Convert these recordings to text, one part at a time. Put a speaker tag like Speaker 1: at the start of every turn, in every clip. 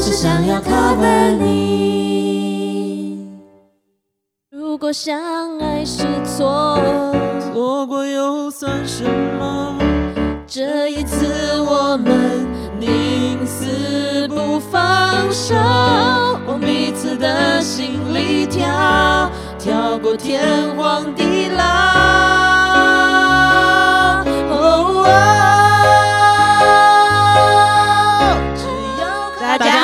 Speaker 1: 只想要 cover 你。如果相爱是错，
Speaker 2: 错过又算什么？
Speaker 1: 这一次我们宁死不放手，往彼此的心里跳，跳过天荒地老。哦哦只要大
Speaker 3: 大家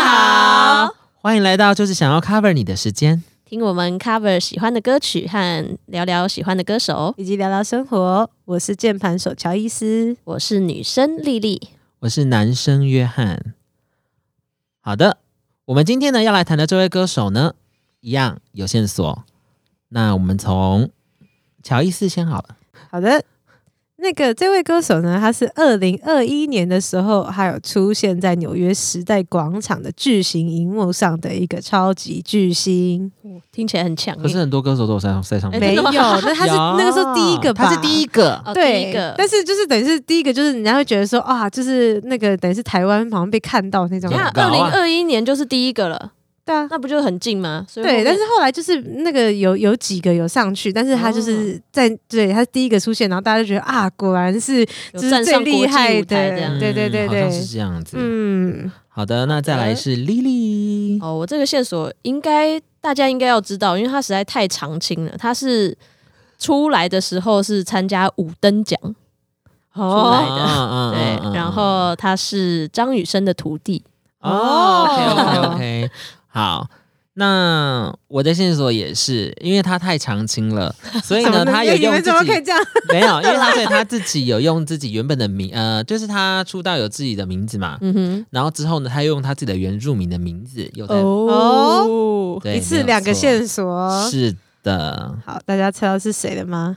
Speaker 3: 好，
Speaker 2: 欢迎来到就是想要 cover 你的时间。
Speaker 1: 听我们 cover 喜欢的歌曲和聊聊喜欢的歌手。
Speaker 3: 以及聊聊生活。我是键盘手乔伊斯，
Speaker 1: 我是女生丽丽，
Speaker 2: 我是男生约翰。好的，我们今天呢要来谈的这位歌手呢，一样有线索。那我们从乔伊斯先好了。
Speaker 3: 好的。那个这位歌手呢，他是二零二一年的时候，还有出现在纽约时代广场的巨型荧幕上的一个超级巨星。
Speaker 1: 听起来很强耶。
Speaker 2: 可是很多歌手都有在在上
Speaker 1: 哎
Speaker 2: 面，
Speaker 3: 没
Speaker 1: 真
Speaker 3: 有，
Speaker 1: 的吗
Speaker 3: 那 他是
Speaker 2: 有
Speaker 3: 那个时候第一个吧？
Speaker 2: 他是第一个。
Speaker 1: 哦，
Speaker 3: 对，
Speaker 1: 第一个，
Speaker 3: 但是就是等于是第一个，就是人家会觉得说啊，就是那个等于是台湾好像被看到那种
Speaker 1: 你。看
Speaker 2: 广告
Speaker 1: 二零
Speaker 2: 啊
Speaker 1: 二一年就是第一个了，
Speaker 3: 对啊，
Speaker 1: 那不就很近吗？所以后
Speaker 3: 对，
Speaker 1: 面
Speaker 3: 但是后来就是那个有有几个有上去，但是他
Speaker 2: 哦
Speaker 3: 就是在、对他是第一个出现，然后大家就觉得啊，果然是
Speaker 1: 有
Speaker 3: 就是
Speaker 1: 站
Speaker 3: 最
Speaker 1: 上国际
Speaker 3: 厉
Speaker 1: 舞
Speaker 3: 害
Speaker 1: 台
Speaker 3: 的
Speaker 1: 这样。
Speaker 3: 嗯对对对
Speaker 2: 嗯好
Speaker 3: 对
Speaker 2: 像是这样子。
Speaker 3: 嗯，
Speaker 2: 好的，那再来是 Lily，
Speaker 1: 哦，我这个线索应该大家应该要知道，因为它实在太常青了。它是出来的时候是参加五等奖，出来
Speaker 3: 哦，
Speaker 1: 的
Speaker 2: 啊
Speaker 1: 对，然后他是张雨生的徒弟，
Speaker 2: 哦，OK OK，好。那我的线索也是，因为他太常 青了，所以
Speaker 3: 怎么
Speaker 2: 呢，
Speaker 3: 能
Speaker 2: 他有
Speaker 3: 你
Speaker 2: 用
Speaker 3: 们
Speaker 2: 自
Speaker 3: 怎么可以
Speaker 2: 己
Speaker 3: 这样？
Speaker 2: 没有，因为他所以他自己有用自己原本的名，呃，就是他出道有自己的名字嘛，
Speaker 1: 嗯哼，
Speaker 2: 然后之后呢，他又用他自己的原住民的名字，有在、
Speaker 1: 哦，
Speaker 2: 对
Speaker 3: 哦一次两个，
Speaker 2: 没有
Speaker 3: 线索，
Speaker 2: 错是的，
Speaker 3: 好，大家猜到是谁了吗？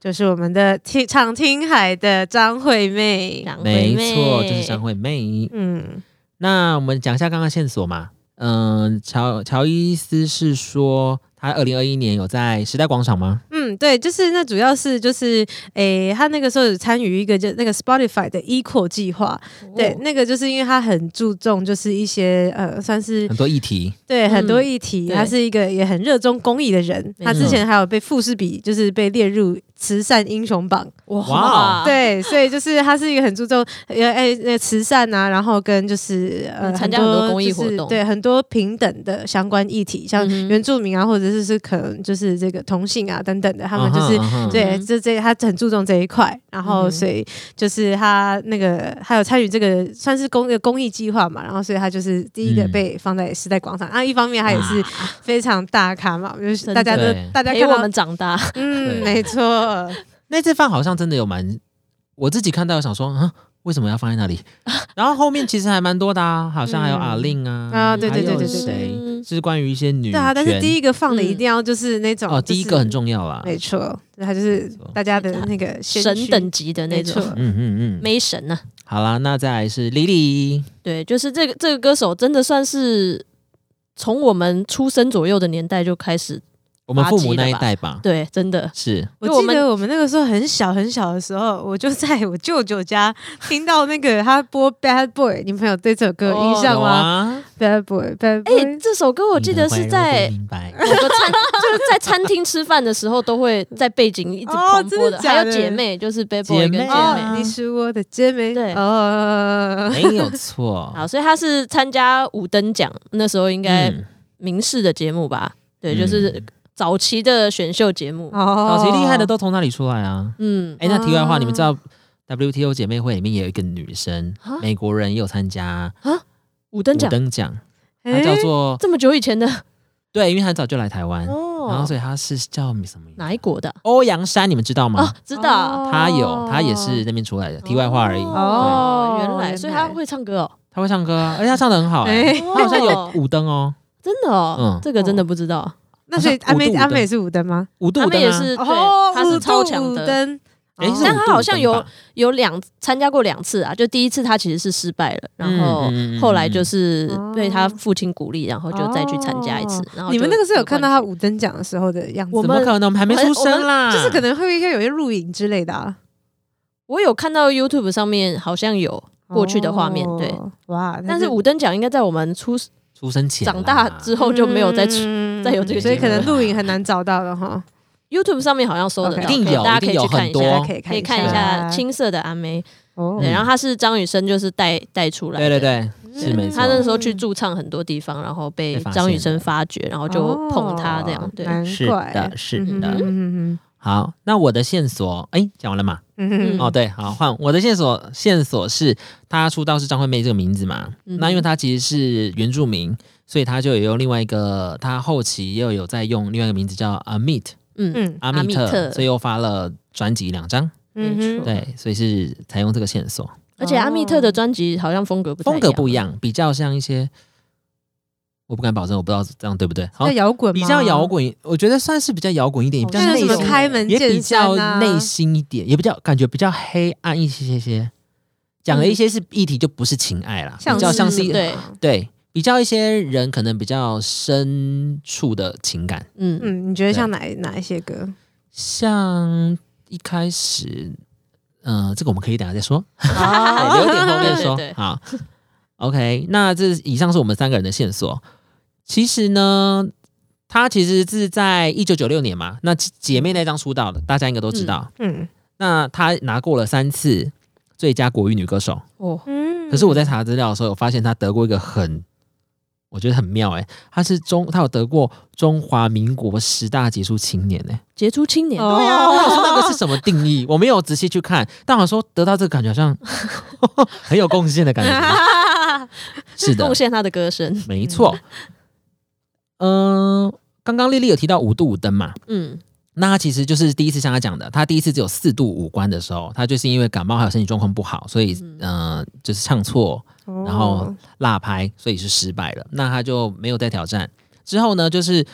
Speaker 3: 就是我们的听常听海的张惠妹。
Speaker 1: 张惠
Speaker 2: 没
Speaker 1: 妹
Speaker 2: 错，就是张惠妹。
Speaker 3: 嗯，
Speaker 2: 那我们讲一下刚刚的线索嘛。嗯，乔乔伊斯是说他二零二一年有在时代广场吗？
Speaker 3: 嗯，对，就是那主要是就是，诶、他那个时候有参与一个就那个 Spotify 的 Equal 计划，
Speaker 1: 哦
Speaker 3: 对，那个就是因为他很注重就是一些呃，算是
Speaker 2: 很多议题，
Speaker 3: 对，很多
Speaker 1: 嗯
Speaker 3: 议题，
Speaker 1: 对嗯
Speaker 3: 他是一个也很热衷公益的人。
Speaker 1: 没
Speaker 3: 他之
Speaker 2: 错
Speaker 3: 前还有被富士比，就是被列入慈善英雄榜。
Speaker 2: 哇哦
Speaker 1: 哇，，
Speaker 3: 对，所以就是他是一个很注重呃哎那慈善啊，然后跟就是呃
Speaker 1: 嗯参加很多公益
Speaker 3: 就是
Speaker 1: 活动
Speaker 3: 对很多平等的相关议题，像
Speaker 1: 嗯哼
Speaker 3: 原住民啊，或者是是可能就是这个同性啊等等的，他们就是
Speaker 2: 嗯哼
Speaker 3: 对，
Speaker 1: 嗯
Speaker 3: 这这他很注重这一块，然
Speaker 1: 嗯
Speaker 3: 后
Speaker 1: 哼
Speaker 3: 所以就是他那个还有参与这个算是公一个公益计划嘛，然后所以他就是第一个
Speaker 2: 嗯
Speaker 3: 被放在时代广场，啊，一方面他也是非常大咖嘛，就是
Speaker 1: 真的
Speaker 3: 大家都
Speaker 2: 对
Speaker 3: 大家
Speaker 1: 陪
Speaker 3: 看
Speaker 1: 我
Speaker 3: 到
Speaker 1: 们，长大，
Speaker 3: 嗯，
Speaker 2: 对
Speaker 3: 没错，
Speaker 2: 那次饭好像真的有蛮，我自己看到有想说，啊，为什么要放在那里？然后后面其实还蛮多的啊，好像还有
Speaker 3: 嗯
Speaker 2: 阿令啊，
Speaker 3: 啊对对对对
Speaker 2: 还
Speaker 3: 对
Speaker 2: 有谁
Speaker 1: 嗯
Speaker 2: 是关于一些女
Speaker 3: 对啊，但是第
Speaker 2: 一
Speaker 3: 一个放的
Speaker 1: 嗯
Speaker 3: 一定要就是那种
Speaker 2: 哦，第一个很
Speaker 3: 重，
Speaker 2: 重要啦，
Speaker 3: 没错，他就是
Speaker 2: 错
Speaker 3: 大家的那个先
Speaker 1: 啊神
Speaker 3: 驱
Speaker 1: 等级的那
Speaker 3: 没错
Speaker 1: 种，
Speaker 2: 嗯嗯嗯，
Speaker 1: 没神呢、
Speaker 2: 好啦，那再来是 Lily，
Speaker 1: 对，就是这个这个歌手真的算是从我们出生左右的年代就开始，
Speaker 2: 我们
Speaker 1: 八
Speaker 2: 父
Speaker 1: 级
Speaker 2: 母
Speaker 1: 的
Speaker 2: 那一
Speaker 1: 吧
Speaker 2: 代吧，
Speaker 1: 对，真的
Speaker 2: 是
Speaker 3: 我记
Speaker 1: 因为我
Speaker 3: 得我们那个时候很小很小的时候，我就在我舅舅家听到那个他播《Bad Boy》，你们有对这首歌有印
Speaker 1: 哦
Speaker 3: 象
Speaker 2: 有
Speaker 3: 吗、
Speaker 2: 啊，
Speaker 3: b a d Boy，Bad
Speaker 1: 哎、
Speaker 3: Boy，、
Speaker 1: 这首歌我记得是在
Speaker 2: 你很乖柔不
Speaker 1: 某
Speaker 2: 明白，
Speaker 1: 个餐， 就是在餐厅吃饭的时候都会在背景一直
Speaker 3: 哦
Speaker 1: 狂
Speaker 3: 真
Speaker 1: 播
Speaker 3: 的
Speaker 1: 的，
Speaker 3: 假
Speaker 1: 还
Speaker 3: 的
Speaker 1: 有姐妹，就是 Bad Boy
Speaker 2: 姐
Speaker 1: 跟
Speaker 2: 妹
Speaker 1: 姐
Speaker 2: 啊
Speaker 1: 妹。
Speaker 3: 哦，你是我的姐妹，
Speaker 1: 哎对
Speaker 3: 哦，
Speaker 2: 没有错，
Speaker 1: 好，所以他是参加五等奖，那时候应该
Speaker 2: 嗯
Speaker 1: 明视的节目吧？对，
Speaker 2: 嗯
Speaker 1: 就是早期的选秀节目。
Speaker 3: 哦
Speaker 2: 早期厉害的都从哪里出来啊？
Speaker 1: 嗯，
Speaker 2: 哎、那题外话，你们
Speaker 3: 哦
Speaker 2: 知道 WTO 姐妹会里面也有一个女生
Speaker 1: 啊，
Speaker 2: 美国人也有参加
Speaker 1: 五等
Speaker 2: 五
Speaker 1: 奖
Speaker 2: 等奖，她
Speaker 3: 哎
Speaker 2: 叫做、
Speaker 1: 这么久以前的
Speaker 2: 对，因为她很早就来台湾，然后
Speaker 1: 哦，
Speaker 2: 所以她是叫什么名字？啊
Speaker 1: 哪一国的
Speaker 2: 欧阳珊，你们知道吗？
Speaker 1: 啊？知道。
Speaker 2: 她有，她也是那边出来的，嗯题外话而已。
Speaker 3: 哦
Speaker 2: 对，
Speaker 1: 哦，
Speaker 3: 对
Speaker 1: 原
Speaker 3: 原
Speaker 1: 来，
Speaker 3: 来
Speaker 1: 所以他会唱歌哦，
Speaker 2: 她会唱歌啊，而且她唱的很好、哎、
Speaker 3: 哎
Speaker 2: 她好像有
Speaker 1: 哦
Speaker 2: 五灯哦，
Speaker 1: 真的哦
Speaker 2: 嗯，
Speaker 1: 这个真的不知道。
Speaker 3: 那所以
Speaker 2: 好像
Speaker 3: 阿妹
Speaker 2: 五度
Speaker 3: 阿妹也是五灯吗？
Speaker 2: 五度
Speaker 1: 他
Speaker 2: 五
Speaker 1: 们
Speaker 2: 灯
Speaker 1: 也
Speaker 2: 啊，
Speaker 3: 哦
Speaker 1: 是，对，他是超强
Speaker 3: 五度五
Speaker 1: 的，
Speaker 3: 灯
Speaker 2: 哎，是
Speaker 3: 哦
Speaker 2: 五
Speaker 1: 但他好
Speaker 2: 度
Speaker 1: 像
Speaker 2: 灯
Speaker 1: 有
Speaker 2: 吧
Speaker 1: 有两参加过两次啊，就第一次他其实是失败了，然后
Speaker 2: 嗯嗯嗯嗯
Speaker 1: 后来就是被他
Speaker 3: 哦
Speaker 1: 父亲鼓励，然后就再去参加一次
Speaker 3: 哦。
Speaker 1: 然后
Speaker 3: 你们
Speaker 1: 就
Speaker 3: 那个是有看到
Speaker 1: 冠
Speaker 3: 他五等奖的时候的样子
Speaker 1: 我
Speaker 3: 吗？
Speaker 2: 怎么
Speaker 1: 们
Speaker 2: 可能？我们还没
Speaker 1: 我
Speaker 2: 出
Speaker 1: 们
Speaker 2: 生啦，
Speaker 3: 就是可能会要有一些录影之类的啊。
Speaker 1: 军，我有看到 YouTube 上面好像有过去的画面，
Speaker 3: 哦
Speaker 1: 对。，
Speaker 3: 哇！
Speaker 1: 但是
Speaker 3: 五
Speaker 1: 五等奖应该在我们出
Speaker 2: 出生前
Speaker 1: 长大之
Speaker 2: 后
Speaker 1: 后就没有再出。
Speaker 2: 嗯
Speaker 3: 出
Speaker 1: 再有这个
Speaker 3: 嗯所以
Speaker 1: 节
Speaker 3: 可
Speaker 1: 目
Speaker 3: 能
Speaker 2: 了
Speaker 3: 录影很难找到 了哈。
Speaker 1: YouTube 上面好像搜得
Speaker 3: OK
Speaker 1: 到，
Speaker 2: 一定
Speaker 1: 可以
Speaker 2: 有
Speaker 1: 大家
Speaker 2: 一定
Speaker 1: 可以
Speaker 2: 有
Speaker 1: 去看
Speaker 2: 很
Speaker 1: 一下
Speaker 2: 多，
Speaker 3: 可以
Speaker 1: 可以
Speaker 3: 看
Speaker 1: 看一下
Speaker 3: 清
Speaker 1: 青色的阿妹，
Speaker 3: 哦
Speaker 1: 对，然后她是张雨生就是带带出来的，
Speaker 2: 对嗯
Speaker 1: 嗯
Speaker 2: 对对，是
Speaker 1: 对
Speaker 2: 没错。
Speaker 1: 他那时候去驻唱很多地方，然后被
Speaker 2: 被发现哦
Speaker 1: 张雨生发掘，然后就捧他这样。对，
Speaker 3: 哦难
Speaker 2: 是
Speaker 3: 怪
Speaker 2: 的，是
Speaker 3: 嗯
Speaker 2: 的。
Speaker 3: 嗯
Speaker 2: 好，那我的线索，哎，讲完了嘛？
Speaker 3: 嗯嗯
Speaker 2: 哦，对，好，换我的线索。线索是他出道是张惠妹这个名字嘛？
Speaker 1: 嗯
Speaker 2: 那因为他其实是原住民，所以他就有用另外一个，他后期又有在用另外一个名字叫 Amit
Speaker 1: 嗯，
Speaker 3: 嗯
Speaker 2: 阿密
Speaker 1: 阿密特
Speaker 2: 特，所以又发了专辑两张，
Speaker 1: 没
Speaker 3: 嗯哼
Speaker 1: 错
Speaker 2: 对，所以是采用这个线索，
Speaker 1: 而且阿密特的
Speaker 3: 哦
Speaker 1: 专辑好像风格不太
Speaker 2: 风格不一
Speaker 1: 样，
Speaker 2: 样，比较像一些，我不敢保证，我不知道这样对不对，好
Speaker 3: 那，摇滚吗
Speaker 2: 比较摇，滚，我觉得算是比较摇滚一点，也比较
Speaker 3: 像
Speaker 1: 内
Speaker 3: 什
Speaker 2: 内
Speaker 3: 么
Speaker 1: 心
Speaker 2: 心，
Speaker 3: 开门
Speaker 2: 也
Speaker 3: 见
Speaker 2: 比较
Speaker 3: 山啊
Speaker 2: 内心一点，也比较感觉比较黑暗一些些些，讲了一些是议题，就不是情爱啦，
Speaker 3: 像
Speaker 2: 比较
Speaker 3: 是
Speaker 2: 像是一
Speaker 1: 对
Speaker 2: 对比较一些人可能比较深处的情感，
Speaker 1: 嗯，
Speaker 3: 嗯，你觉得像哪哪一些歌？
Speaker 2: 像一开始，嗯，这个我们可以等一下再说。
Speaker 3: 哦
Speaker 1: 好
Speaker 2: 留啊点后面说。
Speaker 1: 对对对
Speaker 2: 好，OK，那这以上是我们三个人的线索。其实呢，她其实是在一九九六年嘛，那姐妹那张出道的，大家应该都知道。
Speaker 3: 嗯
Speaker 2: 那她拿过了三次最佳国语女歌手，
Speaker 1: 哦，
Speaker 3: 嗯
Speaker 2: 可是我在查资料的时候，有发现她得过一个很。我觉得很妙哎、她是中，她有得过中华民国十大杰出青年哎、
Speaker 1: 杰出青年，
Speaker 3: 哦
Speaker 2: 对啊，我想说那个是什么定义？我没有仔细去看，但我说得到这个感觉好像很有贡献的 感觉。 是的
Speaker 1: 贡，献他的歌声，
Speaker 2: 没错。嗯、刚刚丽丽有提到五度五灯嘛，
Speaker 1: 嗯，
Speaker 2: 那她其实就是第一次像她讲的，她第一次只有四度五关的时候，她就是因为感冒还有身体状况不好，所以嗯、呃就是唱错啊然
Speaker 3: 哦
Speaker 2: 后落拍，所以是失败了。那她就没有再挑战。之后呢，就是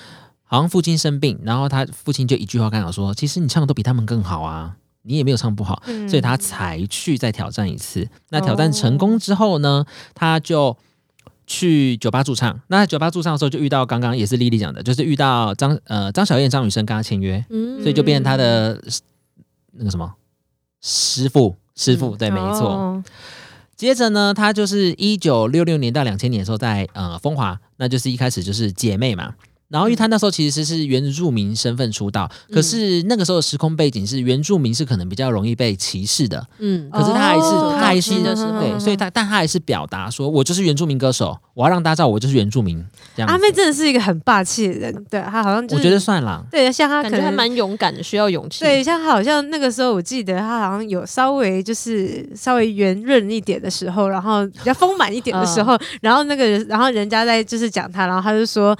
Speaker 2: 好像父亲生病，然后她父亲就一句话跟她讲说：“其实你唱的都比他们更好啊，你也没有唱不好。”
Speaker 3: 嗯
Speaker 2: 所以他才去再挑战一次。那挑战成功之后呢，他就去酒吧驻唱。那在酒吧驻唱的时候，就遇到刚刚也是丽丽讲的，就是遇到张呃张小燕、张雨生跟他签约，
Speaker 1: 嗯
Speaker 2: 所以就变成他的、
Speaker 3: 嗯
Speaker 2: 那个什么师傅。师傅
Speaker 3: 嗯
Speaker 2: 对，没错。
Speaker 3: 错，
Speaker 2: 接着呢，他就是一九六六年到两千年的时候在，呃风华，那就是一开始就是姐妹嘛。然后，因为他那时候其实是原住民身份出道，
Speaker 3: 嗯
Speaker 2: 可是那个时候的时空背景是原住民是可能比较容易被歧视的，
Speaker 1: 嗯
Speaker 2: 可是他还是、
Speaker 3: 哦
Speaker 2: 他还
Speaker 1: 早期
Speaker 2: 是
Speaker 1: 的时候
Speaker 2: 对，所以他但他还是表达说，我就是原住民歌手，我要让大家知道我就是原住民这样
Speaker 3: 阿
Speaker 2: 子。
Speaker 3: 妹真的是一个很霸气的人，对她好像就是
Speaker 2: 我觉得算啦，
Speaker 3: 对，像她
Speaker 1: 感
Speaker 3: 可
Speaker 1: 觉还
Speaker 3: 能
Speaker 1: 蛮勇敢的，需要勇气，
Speaker 3: 对，像好像那个时候，我记得他好像有稍微就是稍微圆润一点的时候，然后比较丰满一点的
Speaker 2: 嗯
Speaker 3: 时候，然后那个人，然后人家在就是讲他，然后他就说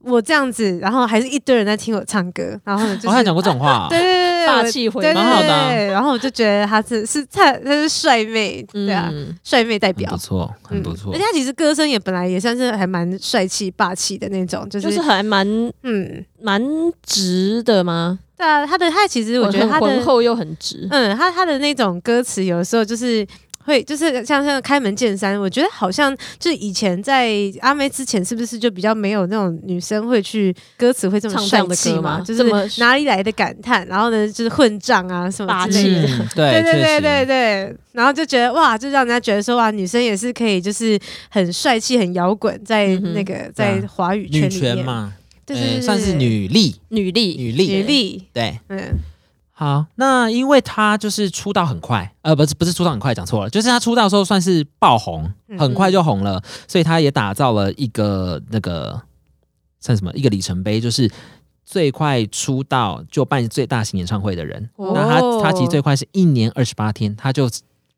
Speaker 3: 我这样子，然后还是一堆人在听我唱歌，然后呢就
Speaker 2: 我
Speaker 3: 是啊
Speaker 2: 还有讲过这种话、哦
Speaker 3: 对对对对，
Speaker 1: 霸
Speaker 3: 我
Speaker 1: 气回
Speaker 3: 对对
Speaker 2: 蛮好的啊
Speaker 3: 对，然后我就觉得他是是他他是帅妹，对啊，
Speaker 1: 嗯
Speaker 3: 帅妹代
Speaker 2: 很
Speaker 3: 表
Speaker 2: 不。错，
Speaker 3: 嗯
Speaker 2: 很不错
Speaker 3: 而且。他其实歌声也本来也算是还蛮帅气霸气的那种，就是、
Speaker 1: 就是还蛮
Speaker 3: 嗯，
Speaker 1: 蛮直的吗？
Speaker 3: 对啊，他的他其实我觉得
Speaker 1: 很
Speaker 3: 他的
Speaker 1: 浑厚又很直，
Speaker 3: 嗯，他他的那种歌词有的时候就是。会就是像像开门见山，我觉得好像就是以前在阿妹之前，是不是就比较没有那种女生会去歌词会这么
Speaker 1: 唱这
Speaker 3: 帅
Speaker 1: 样的
Speaker 3: 气
Speaker 1: 歌
Speaker 3: 嘛？
Speaker 1: 吗
Speaker 3: 就
Speaker 1: 这么
Speaker 3: 是哪里来的感叹，然后呢就是混账啊什么
Speaker 1: 霸
Speaker 3: 之类
Speaker 1: 气
Speaker 3: 的。
Speaker 2: 嗯，
Speaker 3: 对对
Speaker 2: 对
Speaker 3: 对对
Speaker 2: 确实
Speaker 3: 对，然后就觉得哇，就让人家觉得说啊哇，女生也是可以就是很帅气、很摇滚，在
Speaker 1: 嗯哼
Speaker 3: 那个、在
Speaker 2: 对啊
Speaker 3: 华语圈
Speaker 2: 女
Speaker 3: 里面
Speaker 2: 权，嘛，
Speaker 3: 对
Speaker 2: 呃
Speaker 3: 对对，
Speaker 2: 算是
Speaker 3: 对
Speaker 2: 女力，
Speaker 1: 女力，
Speaker 2: 女力，
Speaker 3: 女力，
Speaker 2: 对。
Speaker 3: 嗯，
Speaker 2: 好，那因为她就是出道很快，呃，不是不是出道很快，讲错了，就是她出道的时候算是爆红，
Speaker 3: 嗯
Speaker 2: 很快就红了，所以她也打造了一个那个算什么一个里程碑，就是最快出道就办最大型演唱会的人。
Speaker 3: 哦
Speaker 2: 那她她其实最快是一年二十八天，她就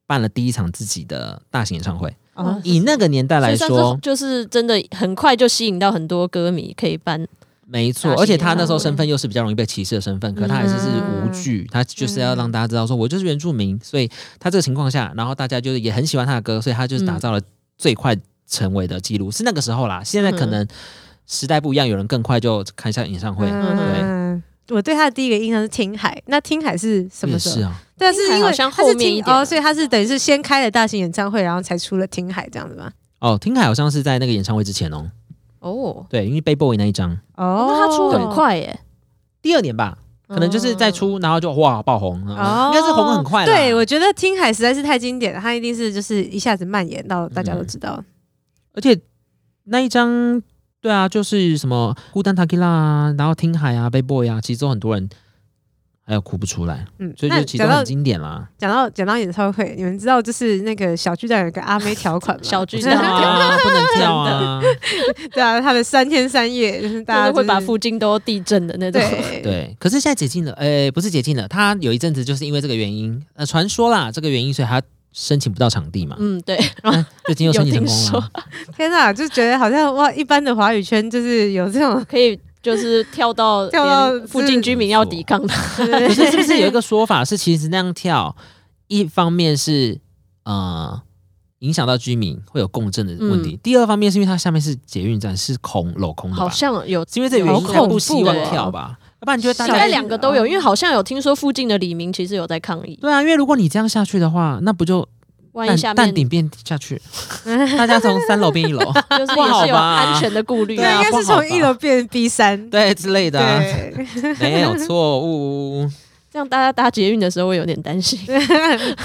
Speaker 2: 办了第一场自己的大型演唱会。
Speaker 3: 哦，
Speaker 2: 以那个年代来
Speaker 1: 所以算
Speaker 2: 说
Speaker 1: 是，就是真的很快就吸引到很多歌迷可以搬，
Speaker 2: 没错，
Speaker 1: 大型
Speaker 2: 而且他
Speaker 3: 啊
Speaker 2: 那时
Speaker 1: 演唱
Speaker 2: 候
Speaker 1: 会
Speaker 2: 身份又是比较容易被歧视的身份，可他还是是
Speaker 3: 嗯
Speaker 2: 无惧，他就是要让大家知道说，我就是原住民，所以他这个情况下，然后大家就是也很喜欢他的歌，所以他就是打
Speaker 3: 嗯
Speaker 2: 造了最快成为的记录，是那
Speaker 3: 嗯
Speaker 2: 个时候啦。现在可能时代不一样，有人更快就开上演唱会，
Speaker 3: 嗯
Speaker 1: 对
Speaker 3: 嗯我对他的第一个印象是听海，那听海是什么
Speaker 2: 也
Speaker 3: 时候？
Speaker 2: 是啊，
Speaker 3: 但是
Speaker 1: 听海
Speaker 3: 因为
Speaker 1: 好像
Speaker 3: 他
Speaker 1: 后
Speaker 3: 是
Speaker 1: 面
Speaker 3: 听
Speaker 1: 一点啊
Speaker 3: 哦，所以他是等于是先开了大型演唱会，然后才出了听海这样子吗？
Speaker 2: 哦，听海好像是在那个演唱会之前哦，
Speaker 1: 哦，
Speaker 2: 对，因为 b a b o y 那一张
Speaker 3: 哦，
Speaker 1: 那他出很，快耶，
Speaker 2: 第二年吧，可能就是在出，然后就哇爆红，嗯
Speaker 3: 哦
Speaker 2: 应该是红很快啦
Speaker 3: 对，我觉得听海实在是太经典了，他一定是就是一下子蔓延到大家都知道。
Speaker 2: 而且那一张，对啊，就是什么孤单塔 q 拉啊，然后听海啊，Bad Boy 啊，其实都很多人还有哭不出来，
Speaker 3: 嗯，
Speaker 2: 所以
Speaker 3: 那
Speaker 2: 就其实
Speaker 3: 讲
Speaker 2: 都
Speaker 3: 到
Speaker 2: 很经典啦。
Speaker 3: 讲到讲到演唱会，你们知道就是那个小巨蛋有个阿妹条 款吗？
Speaker 1: 嗯小巨
Speaker 2: 不知道啊，不能跳啊，
Speaker 3: 对啊，他的三天三夜就是大
Speaker 1: 大
Speaker 3: 家、
Speaker 1: 家
Speaker 3: 就是、
Speaker 1: 会把附近都地震的那种。
Speaker 3: 对
Speaker 2: 对。可是现在解禁了，诶、不是解禁了，他有一阵子就是因为这个原因，呃，传说啦，这个原因，所以他申请不到场地嘛，
Speaker 1: 嗯，对，
Speaker 2: 最近又申请成 功
Speaker 1: 有
Speaker 2: 了。
Speaker 3: 天哪，就觉得好像哇，一般的华语圈就是有 这种
Speaker 1: 可以就是跳到
Speaker 3: 跳到
Speaker 1: 连附近居民要抵抗他。
Speaker 2: 可是是不是有 一个说法是，其实那样跳，一方面是呃影响到居民会有共振的问题，第二方面是因为它下面是捷运站是空镂空的吧，
Speaker 1: 嗯好像有，
Speaker 2: 是因为这个原因才不希望跳吧，要不然你就会大
Speaker 1: 大
Speaker 2: 家
Speaker 1: 概哦两个都有，因为好像有听说附近的李明其实有在抗议，
Speaker 2: 对啊，因为如果你这样下去的话，那不就
Speaker 1: 万
Speaker 2: 蛋
Speaker 1: 一下
Speaker 2: 蛋
Speaker 1: 面
Speaker 2: 顶变 下去，大家从三楼变一楼，
Speaker 1: 就是
Speaker 2: 不
Speaker 1: 也
Speaker 2: 好
Speaker 1: 是有
Speaker 2: 吧
Speaker 1: 安全的顾虑
Speaker 2: 对
Speaker 3: 应
Speaker 2: 啊
Speaker 3: 该是
Speaker 2: 不好
Speaker 3: 从
Speaker 2: 吧
Speaker 3: 一楼变 B 三。
Speaker 2: 对之类的、啊，
Speaker 3: 对，
Speaker 2: 没有错误，
Speaker 1: 这样大家搭捷运的时候会有点担心。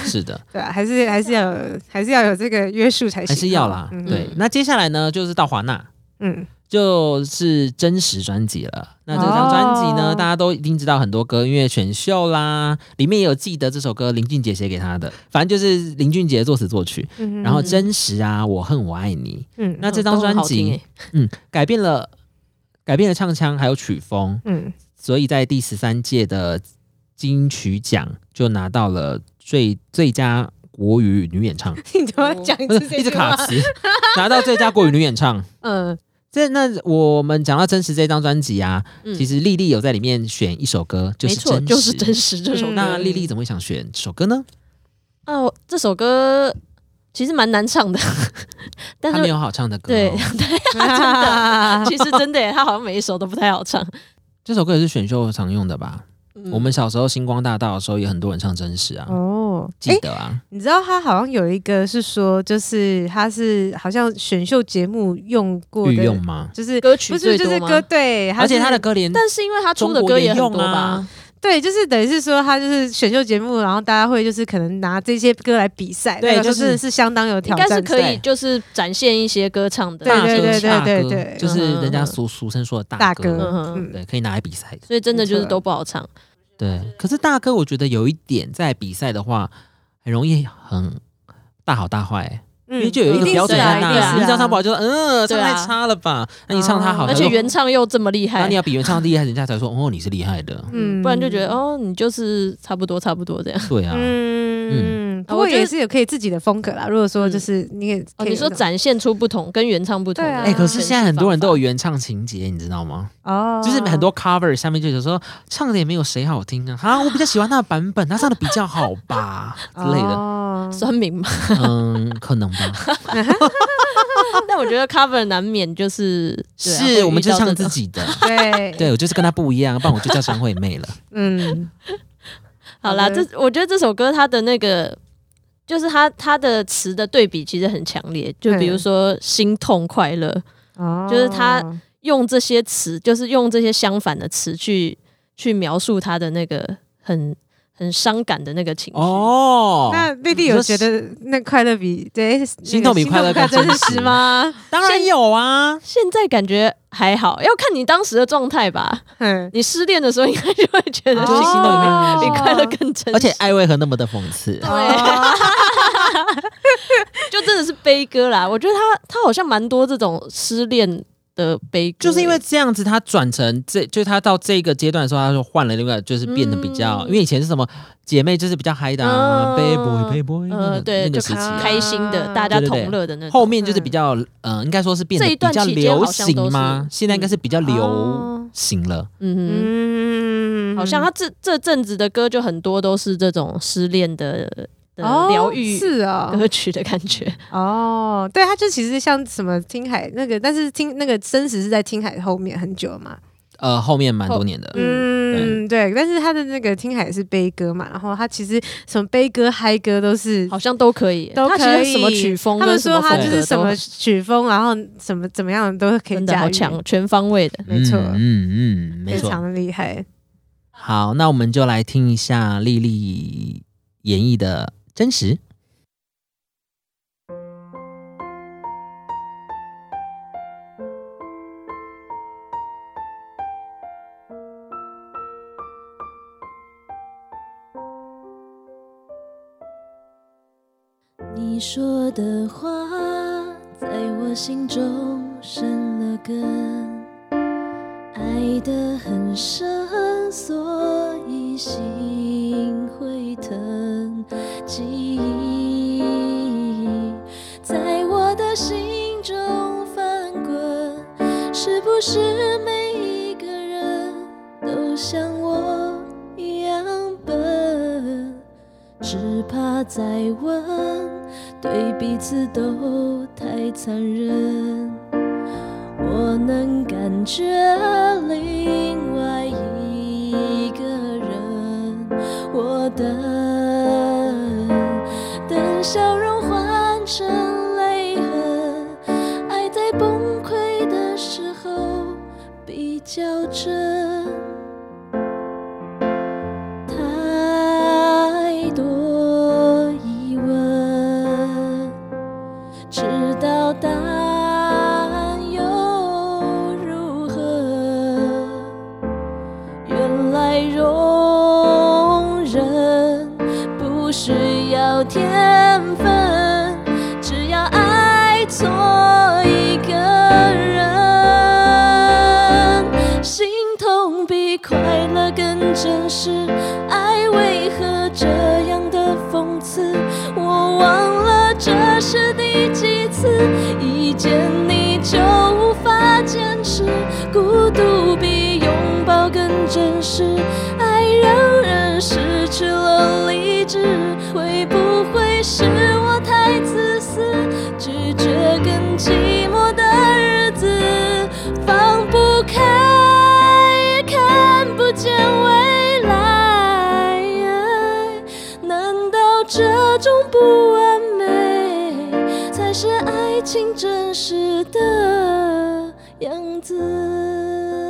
Speaker 2: 是的。
Speaker 3: 对啊，还是还是要有还是要有这个约束才
Speaker 1: 啊
Speaker 3: 行，
Speaker 2: 还是要啦。
Speaker 3: 嗯
Speaker 2: 对，那接下来呢，就是到华纳，
Speaker 3: 嗯，
Speaker 2: 就是真实专辑了。那这张专辑呢，
Speaker 3: 哦
Speaker 2: 大家都一定知道很多歌，因为选秀啦，里面也有记得这首歌林俊杰写给他的，反正就是林俊杰作词作曲。
Speaker 3: 嗯
Speaker 2: 然后真实啊，我恨我爱你，
Speaker 3: 嗯
Speaker 2: 那这张专
Speaker 1: 欸
Speaker 2: 辑改变了改变了唱腔还有曲风，
Speaker 3: 嗯
Speaker 2: 所以在第十三届的金曲奖就拿到了最最佳国语女演唱，
Speaker 3: 你怎么讲 一
Speaker 2: 不
Speaker 3: 次
Speaker 2: 是
Speaker 3: 这
Speaker 2: 一直
Speaker 3: 句话
Speaker 2: 卡词，拿到最佳国语女演唱。
Speaker 3: 嗯
Speaker 2: 这那我们讲到真实这张专辑啊，
Speaker 1: 嗯
Speaker 2: 其实丽丽有在里面选一首歌，就
Speaker 1: 没
Speaker 2: 是
Speaker 1: 错，
Speaker 2: 真
Speaker 1: 就是真
Speaker 2: 实。
Speaker 1: 实这首歌。
Speaker 3: 嗯
Speaker 2: 那丽丽怎么会想选这首歌呢？
Speaker 1: 啊，我这首歌其实蛮难唱的， 但
Speaker 2: 她
Speaker 1: 是
Speaker 2: 没有好唱的歌、哦，
Speaker 1: 对
Speaker 3: 啊，
Speaker 1: 其实真的耶，他好像每一首都不太好唱。
Speaker 2: 这首歌也是选秀常用的吧？
Speaker 1: 嗯
Speaker 2: 我们小时候星光大道的时候，也很多人唱真实啊，
Speaker 3: 哦，
Speaker 2: 记得啊，
Speaker 3: 你知道他好像有一个是说，就是他是好像选秀节目用过
Speaker 2: 御用
Speaker 3: 的，
Speaker 2: 吗？
Speaker 3: 就是
Speaker 1: 歌曲
Speaker 3: 不是
Speaker 1: 最
Speaker 3: 就是
Speaker 1: 多
Speaker 3: 歌
Speaker 1: 吗？
Speaker 3: 对，
Speaker 2: 而且
Speaker 3: 是
Speaker 2: 她的歌连
Speaker 1: 但是因为他出的
Speaker 2: 中
Speaker 1: 歌
Speaker 2: 国也
Speaker 1: 也很
Speaker 2: 用
Speaker 1: 多吧
Speaker 2: 啊，，
Speaker 3: 对，就是等于是说他就是选秀节目，然后大家会就是可能拿这些歌来比赛，
Speaker 2: 对
Speaker 3: 那个时候
Speaker 2: 就是
Speaker 3: 真的是相当有
Speaker 1: 应
Speaker 3: 挑
Speaker 1: 该
Speaker 3: 战
Speaker 1: 是
Speaker 3: 性，
Speaker 1: 可以就是展现一些歌唱的
Speaker 3: 对
Speaker 2: 大
Speaker 1: 大
Speaker 2: 哥
Speaker 1: 歌，
Speaker 3: 对对
Speaker 2: 大
Speaker 3: 对
Speaker 2: 哥
Speaker 3: 对嗯
Speaker 2: 就是人家俗俗称说的
Speaker 3: 大
Speaker 2: 大
Speaker 3: 哥，
Speaker 2: 哥，
Speaker 1: 嗯
Speaker 3: 嗯
Speaker 2: 对，可以拿来比赛。
Speaker 1: 所以真的就是都不好唱。
Speaker 2: 对，可是大哥，我觉得有一点在比赛的话，很容易很大好大坏、欸因为
Speaker 3: 嗯
Speaker 2: 就有一个
Speaker 1: 定
Speaker 2: 标准
Speaker 1: 是啊
Speaker 2: 在
Speaker 1: 一定
Speaker 2: 那，
Speaker 1: 是
Speaker 2: 你只要
Speaker 3: 啊
Speaker 2: 唱不好就说，嗯，唱
Speaker 1: 对啊
Speaker 2: 太差了吧？那你唱他好，
Speaker 3: 哦
Speaker 1: 而
Speaker 2: 他
Speaker 1: 且
Speaker 2: 说
Speaker 1: 原唱又这么厉
Speaker 2: 然后
Speaker 1: 害
Speaker 2: 你，要比原唱厉害，人家才说，哦，你是厉害的。
Speaker 1: 嗯，不然就觉得哦，你就是差不多差不多这样。
Speaker 2: 对啊，
Speaker 3: 嗯，不过
Speaker 1: 我觉得
Speaker 3: 也是有可以自己的风格啦。如果说就是你也
Speaker 1: 哦，
Speaker 3: 可以
Speaker 1: 你说
Speaker 3: 有那种
Speaker 1: 展现出不同，跟原唱不同的
Speaker 3: 对啊
Speaker 1: 诠释方法。
Speaker 2: 哎，可是现在很多人都有原唱情节，你知道吗？
Speaker 3: 哦，
Speaker 2: 就是很多 cover 下面就有说，唱的也没有谁好听 啊，啊，我比较喜欢他的版本，他唱的比较好吧之类的，
Speaker 3: 哦
Speaker 1: 酸民 嘛，
Speaker 2: 嗯，可能吧。
Speaker 1: 但我觉得 cover 难免就是 对啊会遇
Speaker 2: 是
Speaker 1: 到
Speaker 2: 我们就是
Speaker 1: 这种
Speaker 2: 唱自己的，
Speaker 3: 对
Speaker 2: 对我就是跟他不一样，不然我就叫张惠妹了。
Speaker 3: 嗯
Speaker 1: 好啦，
Speaker 3: 好的
Speaker 1: 这我觉得这首歌它的那个，就是它它的词的对比其实很强烈，就比如说心痛、快乐，
Speaker 3: 哦
Speaker 1: 就是他用这些词，就是用这些相反的词去去描述他的那个很很伤感 的那个情绪。
Speaker 2: 哦，
Speaker 3: 那丽丽有觉得那快乐比对那个
Speaker 2: 心痛比快乐更
Speaker 3: 心痛比快乐真
Speaker 2: 真
Speaker 3: 实
Speaker 2: 实
Speaker 3: 吗？
Speaker 2: 当然有啊，
Speaker 1: 现在感觉还好，要看你当时的状态吧。
Speaker 3: 嗯，
Speaker 1: 你失恋的时候应该就会觉得
Speaker 2: 就是心痛比快乐
Speaker 1: 比快乐更真实，
Speaker 2: 哦而且艾薇和那么的讽刺。
Speaker 3: 哦
Speaker 1: 就真的是悲歌啦。我觉得他他好像蛮多这种失恋的悲歌，
Speaker 2: 就是因为这样子，他转成这，就是他到这个阶段的时候，他就换了另外，就是变得比较，
Speaker 1: 嗯
Speaker 2: 因为以前是什么姐妹就是比较嗨的啊
Speaker 1: 嗯
Speaker 2: ，bad boy bad boy，那
Speaker 1: 呃，
Speaker 2: 个
Speaker 1: 对，
Speaker 2: 那个
Speaker 1: 就
Speaker 2: 时期
Speaker 1: 开
Speaker 2: 啊，
Speaker 1: 开心的，大家同乐的那种。
Speaker 2: 后面就是比较，嗯，应该说是变得
Speaker 1: 这一
Speaker 2: 比
Speaker 1: 段
Speaker 2: 较
Speaker 1: 期间
Speaker 2: 流
Speaker 1: 好像都是
Speaker 2: 行吗？现在应该是比较流
Speaker 3: 哦
Speaker 2: 行了，
Speaker 1: 嗯
Speaker 3: 嗯
Speaker 1: 哼，好像他这这阵子的歌就很多都是这种失恋的的
Speaker 3: 哦
Speaker 1: 疗愈
Speaker 3: 是哦
Speaker 1: 歌曲的感觉。
Speaker 3: 哦，对，他就其实像什么听海那个，但是听那个真实是在听海后面很久嘛，
Speaker 2: 呃后面蛮多年的，
Speaker 3: 嗯，对，但是他的那个听海是悲歌嘛，然后他其实什么悲歌、嗨歌都是
Speaker 4: 好像都可以耶，
Speaker 3: 都
Speaker 4: 他其
Speaker 3: 可
Speaker 4: 实
Speaker 3: 以
Speaker 4: 什么曲风
Speaker 3: 他
Speaker 4: 跟
Speaker 3: 们
Speaker 4: 什
Speaker 3: 说
Speaker 4: 么
Speaker 3: 他
Speaker 4: 风
Speaker 3: 就
Speaker 4: 格都
Speaker 3: 是什么曲风，然后什么怎么样都可以
Speaker 4: 真的
Speaker 3: 驾
Speaker 4: 好
Speaker 3: 驭，
Speaker 4: 强，哦全方 位的。
Speaker 3: 没错，
Speaker 2: 嗯嗯，没
Speaker 3: 非
Speaker 2: 错。
Speaker 3: 常的厉害。
Speaker 2: 好，那我们就来听一下丽丽演绎的真实。
Speaker 4: 你说的话，在我心中生了根，爱得很深，所以心会疼。记忆在我的心中翻滚，是不是每一个人都像我一样笨？只怕再问，对彼此都太残忍。我能感觉另外一个人，我等，等笑容换成泪痕，爱在崩溃的时候比较真。太多疑问，直到答案又如何？原来容忍不需要天分，只要爱错一个人，心痛比快乐更真实。爱为何这样的讽刺？我忘了这是第几次一见你就无法坚持，孤独比拥抱更真实，爱让人失去了理智。会不会是我太自私，拒绝更寂寞的日子，放不开，也看不见未来？难道这种不完美，才是爱情真实的样子？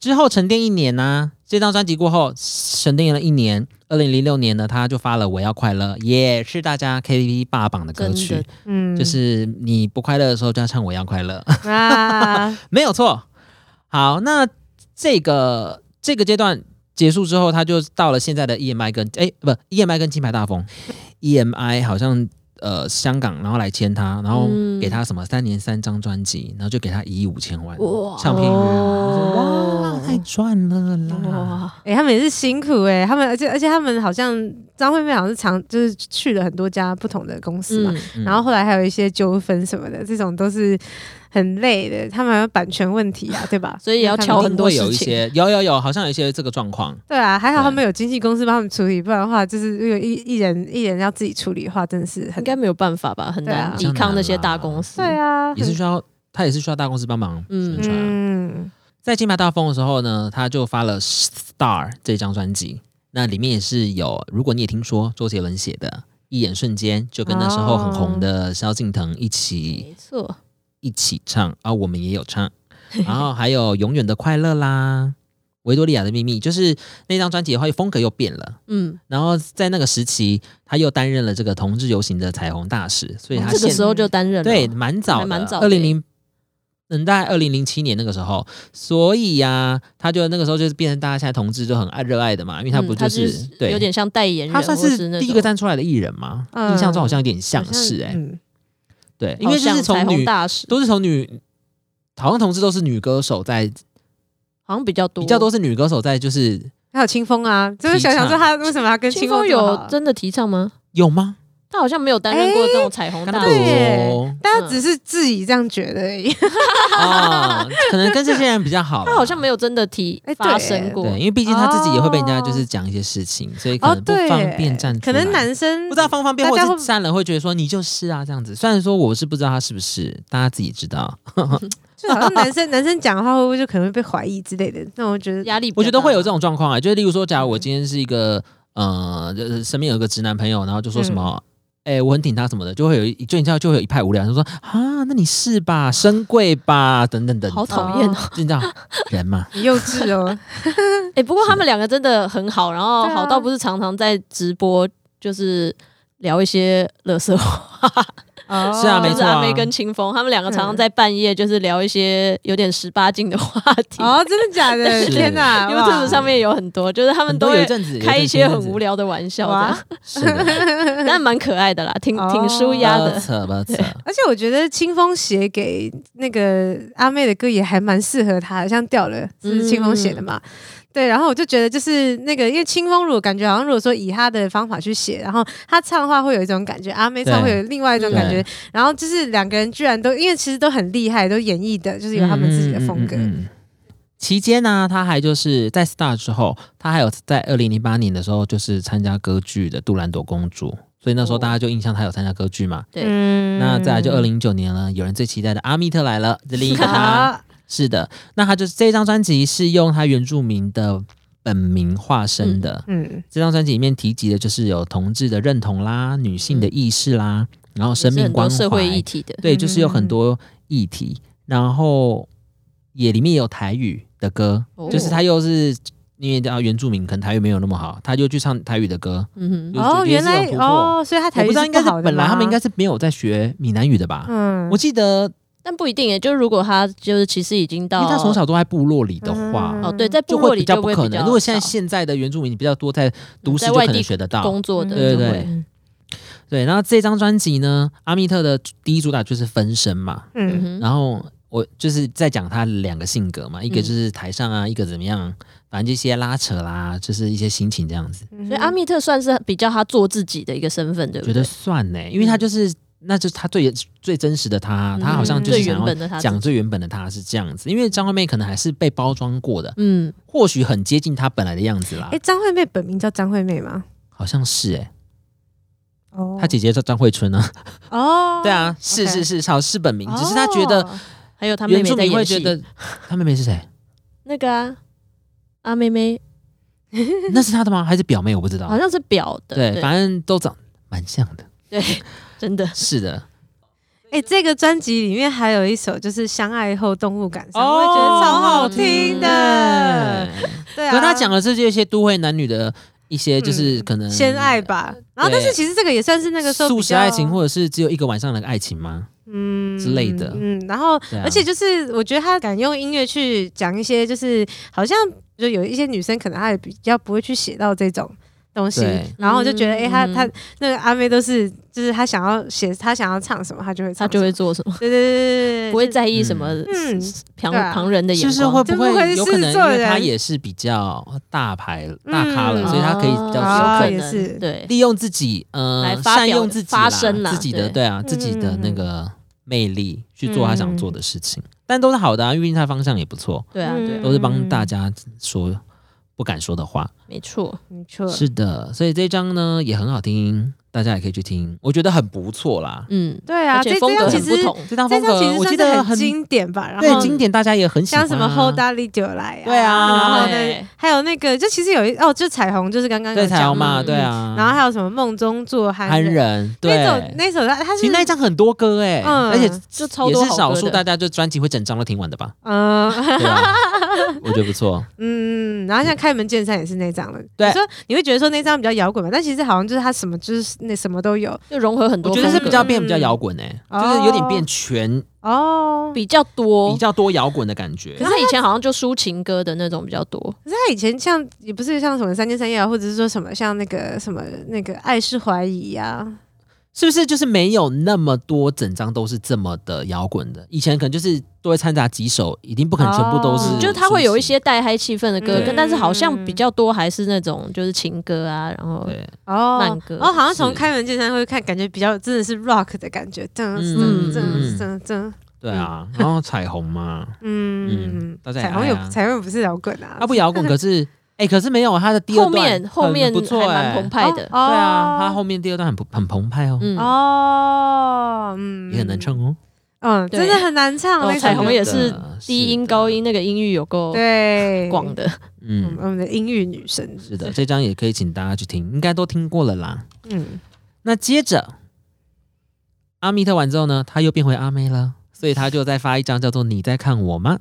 Speaker 2: 之后沉淀一年呐、这张专辑过后沉淀了一年，二零零六年呢，他就发了《我要快乐》，也是大家 KTV 霸榜的歌曲
Speaker 4: 真，
Speaker 3: 嗯，
Speaker 2: 就是你不快乐的时候就要唱《我要快乐》。
Speaker 3: 啊，
Speaker 2: 没有错。好，那这个这个阶段结束之后，他就到了现在的 EMI 跟哎不 EMI 跟金牌大风，EMI 好像呃香港，然后来签他，然后
Speaker 4: 嗯
Speaker 2: 给他什么三年三张专辑，然后就给他一亿五千万
Speaker 4: 哇
Speaker 2: 唱片约
Speaker 4: 哦
Speaker 2: 哇，太赚了啦！
Speaker 4: 哇，
Speaker 3: 哎、他们也是辛苦哎、他们而且而且他们好像张惠妹好像是常就是去了很多家不同的公司嘛，
Speaker 4: 嗯，
Speaker 2: 嗯
Speaker 3: 然后后来还有一些纠纷什么的，这种都是很累的。他们还有版权问题 啊，对吧？
Speaker 4: 所以也要
Speaker 3: 他们
Speaker 4: 挑
Speaker 2: 一
Speaker 4: 很
Speaker 2: 定
Speaker 4: 多
Speaker 2: 会有一
Speaker 4: 事情
Speaker 2: 些，有有有，好像有一些这个状况，
Speaker 3: 对啊，还好他们有经纪公司帮他们处理，不然的话就是如果艺艺人艺人要自己处理的话，真的是
Speaker 4: 应
Speaker 3: 很
Speaker 4: 该没有办法吧，很
Speaker 3: 对啊
Speaker 4: 难抵抗那些大公司。
Speaker 3: 对啊，
Speaker 2: 也是
Speaker 3: 很
Speaker 2: 需要他也是需要大公司帮忙
Speaker 4: 嗯
Speaker 2: 宣传啊。
Speaker 3: 嗯
Speaker 2: 在金牌大风的时候呢，他就发了《Star》这张专辑，那里面也是有，如果你也听说周杰伦写的，一眼瞬间就跟那时候很红
Speaker 4: 哦
Speaker 2: 的萧敬腾一起、
Speaker 4: 没错，
Speaker 2: 一起唱啊，我们也有唱，然后还有《永远的快乐》啦，《维多利亚的秘密》，就是那张专辑的话，风格又变了。
Speaker 4: 嗯，
Speaker 2: 然后在那个时期，他又担任了这个同志游行的彩虹大使，所以他
Speaker 4: 哦这个
Speaker 2: 现
Speaker 4: 时候就担任了
Speaker 2: 对，蛮早
Speaker 4: 还
Speaker 2: 的，
Speaker 4: 蛮早
Speaker 2: 二
Speaker 4: 的
Speaker 2: 零零，嗯，大概二零零七年那个时候，所以呀、他就那个时候就是变成大家现在同志就很爱热爱的嘛，因为他
Speaker 4: 嗯
Speaker 2: 不
Speaker 4: 他
Speaker 2: 是、对，
Speaker 4: 有点像代言人，
Speaker 2: 他算
Speaker 4: 或是那
Speaker 2: 第一个
Speaker 4: 种
Speaker 2: 站出来的艺人嘛，
Speaker 3: 嗯
Speaker 2: 印象中好像有点像
Speaker 3: 好
Speaker 2: 是哎、
Speaker 3: 嗯
Speaker 2: 对，因为就
Speaker 4: 好
Speaker 2: 是
Speaker 4: 像彩
Speaker 2: 从
Speaker 4: 虹
Speaker 2: 女
Speaker 4: 大使，
Speaker 2: 都是从女。好像同志都是女歌手在
Speaker 4: 好像比较多，
Speaker 2: 比较多是女歌手在就是
Speaker 3: 还有清风啊，就是想想说他为什么要跟
Speaker 4: 清
Speaker 3: 风啊
Speaker 4: 风
Speaker 2: 啊
Speaker 3: 这么
Speaker 4: 有
Speaker 3: 好
Speaker 4: 真的提倡吗？
Speaker 2: 有吗？
Speaker 4: 嗯他好像没有担任过这种彩虹
Speaker 2: 刚
Speaker 4: 大
Speaker 2: 刚
Speaker 4: 使，
Speaker 3: 对耶
Speaker 2: 有
Speaker 3: 大家他只是自己这样觉得而已。
Speaker 2: 哦，可能跟这些人比较好啦。
Speaker 1: 他好像没有真的提
Speaker 3: 哎对
Speaker 1: 发生过，
Speaker 2: 对，因为毕竟他自己也会被人
Speaker 4: 哦
Speaker 2: 家就是讲一些事情，所以可
Speaker 3: 哦，
Speaker 2: 能不
Speaker 3: 对，
Speaker 2: 方便站出
Speaker 3: 可
Speaker 2: 来。
Speaker 3: 能男生
Speaker 2: 不
Speaker 1: 嗯
Speaker 2: 知道方不方便，
Speaker 3: 大
Speaker 2: 或
Speaker 3: 家会
Speaker 2: 者是站了会觉得说你就是啊这样子。虽然说我是不知道他是不是，大家自己知道。
Speaker 3: 就好像男生 男生讲的话会不会就可能会被怀疑之类的？那我觉得
Speaker 1: 压力比较大
Speaker 2: 我觉得会有这种状况啊，就是例如说，假如
Speaker 1: 嗯
Speaker 2: 我今天是一个呃，就是身边有一个直男朋友，然后就说
Speaker 1: 嗯
Speaker 2: 什么。哎、我很挺他什么的，就会有一就你知道就会有一派无聊，就说啊，那你是吧，身贵吧，等等等等，
Speaker 1: 好讨厌哦。
Speaker 2: 你知道人嘛，
Speaker 3: 很幼稚哦。
Speaker 1: 哎、不过他们两个真的很好，然后
Speaker 3: 对啊
Speaker 1: 好到不是常常在直播就是聊一些乐色话，
Speaker 3: 哦
Speaker 2: 是啊没
Speaker 1: 就
Speaker 2: 错
Speaker 1: 是阿妹跟清风，他们两个常常在半夜就是聊一些有点十八禁的话题。
Speaker 3: 哦，真的假 的？
Speaker 2: 是
Speaker 3: 天哪
Speaker 1: YouTube 上面有很多， 就是他们
Speaker 2: 很
Speaker 1: 都
Speaker 2: 多有
Speaker 1: 会
Speaker 2: 一阵子
Speaker 1: 开一些很无
Speaker 2: 聊，
Speaker 1: 聊的玩笑，这
Speaker 3: 哇
Speaker 1: 样，
Speaker 2: 是的，
Speaker 1: 但蛮可爱的啦，挺
Speaker 3: 哦
Speaker 1: 挺舒 压
Speaker 2: 不
Speaker 1: 的。
Speaker 2: 扯不扯，
Speaker 3: 而且我觉得清风写给那个阿妹的歌也还蛮适合她的，像掉了
Speaker 2: 嗯
Speaker 3: 是清风写的嘛。对，然后我就觉得就是那个，因为清风如果感觉好像如果说以他的方法去写，然后他唱的话会有一种感觉，阿妹唱会有另外一种感觉
Speaker 2: 对，
Speaker 3: 然后就是两个人居然都因为其实都很厉害，都演绎的就是有他们自己的风格。
Speaker 2: 嗯嗯嗯嗯期间呢、他还就是在 Star 之后，他还有在二零零八年的时候，就是参加歌剧的《杜兰朵公主》，所以那时候大家就印象他有参加歌剧嘛。
Speaker 1: 对
Speaker 3: 嗯
Speaker 2: 那再来就二零一九年了，有人最期待的阿密特来了，这另一个他。
Speaker 3: 啊，
Speaker 2: 是的，那他就是这张专辑是用他原住民的本名化身的。
Speaker 3: 嗯，
Speaker 2: 这张专辑里面提及的就是有同志的认同啦、女性
Speaker 3: 嗯
Speaker 2: 的意识啦，然后生
Speaker 1: 是
Speaker 2: 命
Speaker 1: 很
Speaker 2: 关
Speaker 1: 多
Speaker 2: 怀、
Speaker 1: 社会议题的，
Speaker 2: 对，就是有
Speaker 3: 嗯
Speaker 2: 很多议题，然后也里面也有台语的歌，就是他又是因为啊原住民，可能台语没有那么好，他就去唱台语的歌。
Speaker 1: 嗯
Speaker 2: 就
Speaker 1: 哼，
Speaker 2: 是
Speaker 3: 哦，
Speaker 2: 觉得
Speaker 3: 原来
Speaker 2: 是有突破
Speaker 3: 哦，所以他
Speaker 2: 我
Speaker 3: 台
Speaker 2: 不
Speaker 3: 语
Speaker 2: 知道应该是
Speaker 3: 好的
Speaker 2: 本来他们应该
Speaker 3: 吗
Speaker 2: 是没有在学闽南语的吧？
Speaker 3: 嗯
Speaker 2: 我记得，因
Speaker 1: 但不一定诶，就是如果他就是其实已经到
Speaker 2: 为他从小都在部落里的话。
Speaker 3: 嗯
Speaker 1: 哦，对，在
Speaker 2: 就
Speaker 1: 部落
Speaker 2: 比
Speaker 1: 里
Speaker 2: 较
Speaker 1: 就
Speaker 2: 不
Speaker 1: 会
Speaker 2: 可
Speaker 1: 比
Speaker 2: 能。
Speaker 1: 较
Speaker 2: 如果现在
Speaker 1: 少
Speaker 2: 现在的原住民比较多在都市，
Speaker 1: 在
Speaker 2: 就
Speaker 1: 外
Speaker 2: 可能
Speaker 1: 地
Speaker 2: 学得到。
Speaker 1: 工作的
Speaker 3: 对
Speaker 1: 就
Speaker 2: 嗯对
Speaker 1: 会
Speaker 2: 对，然后这张专辑呢，阿密特的第一主打就是《分身》嘛，
Speaker 1: 嗯
Speaker 3: 嗯
Speaker 1: 哼
Speaker 2: 然后我就是在讲他两个性格嘛，一
Speaker 1: 嗯
Speaker 2: 个就是台上啊，一个怎么样，反正这些拉扯啦，就是一些心情这样子，
Speaker 3: 嗯
Speaker 1: 所以阿密特算是比较他做自己的一个身份，对不
Speaker 2: 觉
Speaker 1: 对嗯
Speaker 2: 得？算呢、因为他就是，那就是他最最真实的他，他好像就是
Speaker 1: 最
Speaker 2: 想
Speaker 1: 原
Speaker 2: 要
Speaker 1: 本的他自己，
Speaker 2: 讲最原本的他是这样子，因为张惠妹可能还是被包装过的，
Speaker 1: 嗯，
Speaker 2: 或许很接近她本来的样子啦
Speaker 3: 哎，，张惠妹本名叫张惠妹吗？
Speaker 2: 好像是哎、
Speaker 3: 哦
Speaker 2: 她姐姐叫张惠春啊，
Speaker 3: 哦，
Speaker 2: 对啊，是
Speaker 3: OK
Speaker 2: 是是，好是本名，
Speaker 3: 哦，
Speaker 2: 只是她觉得
Speaker 1: 还有他妹
Speaker 2: 原
Speaker 1: 妹
Speaker 2: 住
Speaker 1: 在
Speaker 2: 民
Speaker 1: 演
Speaker 2: 会觉
Speaker 1: 戏，
Speaker 2: 得她妹妹 是谁？
Speaker 1: 那个啊，阿妹妹
Speaker 2: 那是她的吗？还是表妹？我不知道
Speaker 1: 好，像是表的，
Speaker 2: 哦对，反正都长蛮像的。
Speaker 1: 对， 真的
Speaker 2: 是的，
Speaker 3: 哎，这个专辑里面还有一首就是《相爱后动物感伤》，
Speaker 2: 哦
Speaker 3: 我也觉得超好
Speaker 1: 嗯
Speaker 3: 听的。对啊，
Speaker 2: 可他讲的是这些都会男女的一些，就是可能
Speaker 3: 嗯先爱吧，然后但是其实这个也算是那个时候
Speaker 2: 嗯素
Speaker 3: 比
Speaker 2: 食
Speaker 3: 较
Speaker 2: 爱情，或者是只有一个晚上的爱情吗？
Speaker 3: 嗯
Speaker 2: 之类的
Speaker 3: 嗯，然后
Speaker 2: 对啊
Speaker 3: 而且就是我觉得他敢用音乐去讲一些，就是好像就有一些女生可能她也比较不会去写到这种东西
Speaker 2: 对，
Speaker 3: 然后我就觉得，
Speaker 1: 嗯
Speaker 3: 哎、她
Speaker 1: 嗯
Speaker 3: 她那个阿妹都是，就是她想要写，她想要唱什么，她就会
Speaker 1: 他
Speaker 3: 唱
Speaker 1: 就
Speaker 3: 什
Speaker 1: 会
Speaker 3: 么
Speaker 1: 做什么，
Speaker 3: 对对对对对对，
Speaker 1: 不会在意什么
Speaker 3: 嗯
Speaker 1: 旁
Speaker 3: 对啊
Speaker 1: 旁人的眼
Speaker 2: 是
Speaker 1: 光，
Speaker 2: 不是会不
Speaker 3: 这不愧
Speaker 2: 会
Speaker 3: 是
Speaker 2: 有可能，
Speaker 3: 狮子座
Speaker 2: 因
Speaker 3: 的
Speaker 2: 为他
Speaker 3: 人
Speaker 2: 也是比较大牌大咖了，
Speaker 3: 嗯
Speaker 2: 所以他可以比较
Speaker 3: 哦
Speaker 2: 有可
Speaker 3: 啊
Speaker 2: 能
Speaker 3: 也是
Speaker 1: 对，
Speaker 2: 利用自己，
Speaker 1: 来
Speaker 2: 呃，
Speaker 1: 发表
Speaker 2: 善用自己
Speaker 1: 发声啦
Speaker 2: 自己的
Speaker 1: 对
Speaker 2: 对
Speaker 3: 嗯
Speaker 2: 啊，自己的那个魅力去做他想做的事
Speaker 3: 嗯
Speaker 2: 情，但都是好的啊，因为他方向也不错，
Speaker 1: 对啊，对啊，
Speaker 2: 都是帮大家说不敢说的话。
Speaker 1: 没错，
Speaker 3: 没错，
Speaker 2: 是的，所以这一张呢也很好听，大家也可以去听，我觉得很不错啦。
Speaker 1: 嗯，
Speaker 3: 对啊，
Speaker 1: 而且
Speaker 3: 这
Speaker 1: 风
Speaker 3: 这
Speaker 1: 格
Speaker 3: 样其
Speaker 1: 很
Speaker 3: 实
Speaker 1: 不同，
Speaker 2: 这张
Speaker 3: 嗯这
Speaker 2: 风
Speaker 3: 张其
Speaker 2: 格
Speaker 3: 实
Speaker 2: 我
Speaker 3: 算
Speaker 2: 记
Speaker 3: 是
Speaker 2: 得
Speaker 3: 很经典吧，然
Speaker 2: 对
Speaker 3: 后
Speaker 2: 经典，大家也很喜欢、
Speaker 3: 像
Speaker 2: 啊。
Speaker 3: 什么 Hold d a l i 就来啊，
Speaker 2: 对啊
Speaker 3: 然后
Speaker 1: 对
Speaker 3: 呢，还有那个就其实有一哦，就彩虹，就是刚刚有
Speaker 2: 对彩虹
Speaker 3: 讲
Speaker 2: 嘛，
Speaker 1: 嗯
Speaker 2: 对啊。
Speaker 3: 然后还有什么梦中做憨
Speaker 2: 韩人
Speaker 3: 那
Speaker 2: 对，
Speaker 3: 首那首他他
Speaker 2: 其
Speaker 3: 是
Speaker 2: 实那一张很多歌哎、
Speaker 3: 嗯
Speaker 2: 而且
Speaker 1: 就超
Speaker 2: 也
Speaker 1: 多
Speaker 2: 是
Speaker 1: 好
Speaker 2: 少
Speaker 1: 歌
Speaker 2: 数大
Speaker 1: 的，
Speaker 2: 家就专辑会整张都听完的 吧？
Speaker 3: 嗯
Speaker 2: 对啊，我觉得不错。
Speaker 3: 嗯，然后像开门见山也是那张的，
Speaker 2: 对
Speaker 3: 你说你会觉得说那张比较摇滚嘛，但其实好像就是他什么就是那什么都有
Speaker 1: 就融合很多
Speaker 2: 我
Speaker 1: 风
Speaker 2: 觉
Speaker 1: 格，
Speaker 2: 得是比较
Speaker 3: 嗯
Speaker 2: 变比较摇滚哎，
Speaker 3: 哦
Speaker 2: 就是有点变全，
Speaker 3: 哦。
Speaker 1: 比较多
Speaker 2: 比，较多摇滚的感觉
Speaker 1: 可。是他以前好像就抒情歌的那种比较多，
Speaker 3: 可是他以前像也不是像什么三天三夜啊，或者是说什么像那个什么那个爱是怀疑啊，
Speaker 5: 是不是就是没有那么多整张都是这么的摇滚的？以前可能就是都会掺杂几首，一定不可能全部都是抒
Speaker 3: 哦
Speaker 5: 情。
Speaker 1: 嗯就是它会有一些带嗨气氛的歌，
Speaker 5: 嗯
Speaker 1: 跟但是好像比较多还是那种就是情歌啊，然后
Speaker 5: 对，
Speaker 3: 哦，
Speaker 1: 慢歌
Speaker 3: 哦，好像从
Speaker 5: 是
Speaker 3: 开门见山会看，感觉比较真的是 rock 的感觉，这样
Speaker 5: 嗯
Speaker 3: 子，这样子，这样子，这样子，
Speaker 5: 对啊，然后彩虹嘛，
Speaker 3: 嗯
Speaker 5: 嗯，大家也
Speaker 3: 彩虹
Speaker 5: 爱
Speaker 3: 有
Speaker 5: 啊
Speaker 3: 彩虹不是摇滚 啊，
Speaker 5: 它不摇滚，可是哎、可是没有它的第二
Speaker 1: 后
Speaker 5: 段
Speaker 1: 面后
Speaker 5: 很
Speaker 1: 面
Speaker 5: 不错
Speaker 1: 还
Speaker 5: 哎、
Speaker 1: 蛮澎湃的，
Speaker 5: 对
Speaker 3: 哦
Speaker 5: 啊，它后面第二段很不很澎湃哦，
Speaker 1: 嗯，
Speaker 3: 哦，嗯，
Speaker 5: 也很难唱，哦。
Speaker 3: 嗯，
Speaker 1: 对
Speaker 3: 真的很难唱，
Speaker 1: 哦
Speaker 3: 那首
Speaker 1: 彩虹
Speaker 3: 歌
Speaker 1: 也是
Speaker 5: 的
Speaker 1: 低音高，音那个音域有够
Speaker 3: 对
Speaker 1: 广，的，
Speaker 3: 嗯
Speaker 5: 嗯，
Speaker 3: 我们的音域女神，
Speaker 5: 是的，这张也可以请大家去听，应该都听过了啦。
Speaker 3: 嗯，
Speaker 5: 那接着，阿密特完之后呢，他又变回阿妹了，所以他就再发一张叫做《你在看我吗》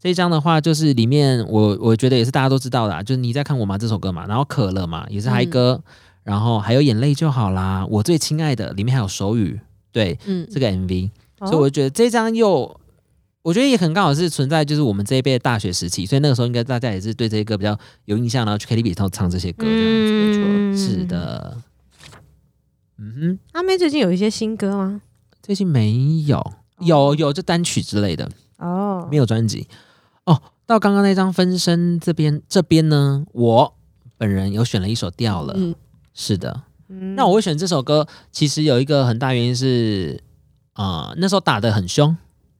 Speaker 5: 这一张的话，就是里面我我觉得也是大家都知道的、啊，就是《你在看我吗》这首歌嘛，然后可乐嘛也是嗨歌，然后还有眼泪就好啦，我最亲爱的里面还有手语，对
Speaker 1: 嗯，
Speaker 5: 这个 MV，、
Speaker 3: 哦
Speaker 5: 所以我就觉得这张又。我觉得也很刚好是存在，就是我们这一辈的大学时期，所以那个时候应该大家也是对这些歌比较有印象，然后去 KTV 里头唱这些歌这样子。
Speaker 1: 没
Speaker 3: 嗯
Speaker 5: 是，的，嗯哼，
Speaker 3: 阿妹最近有一些新歌吗？
Speaker 5: 最近没
Speaker 1: 哦
Speaker 5: 有，有有就单曲之类的，
Speaker 3: 哦，
Speaker 5: 没有专辑。哦，到刚刚那张分身这边这边呢，我本人有选了一首掉了，
Speaker 1: 嗯
Speaker 5: 是的。
Speaker 3: 嗯
Speaker 5: 那我会选这首歌，其实有一个很大原因是，啊、那时候打得很凶，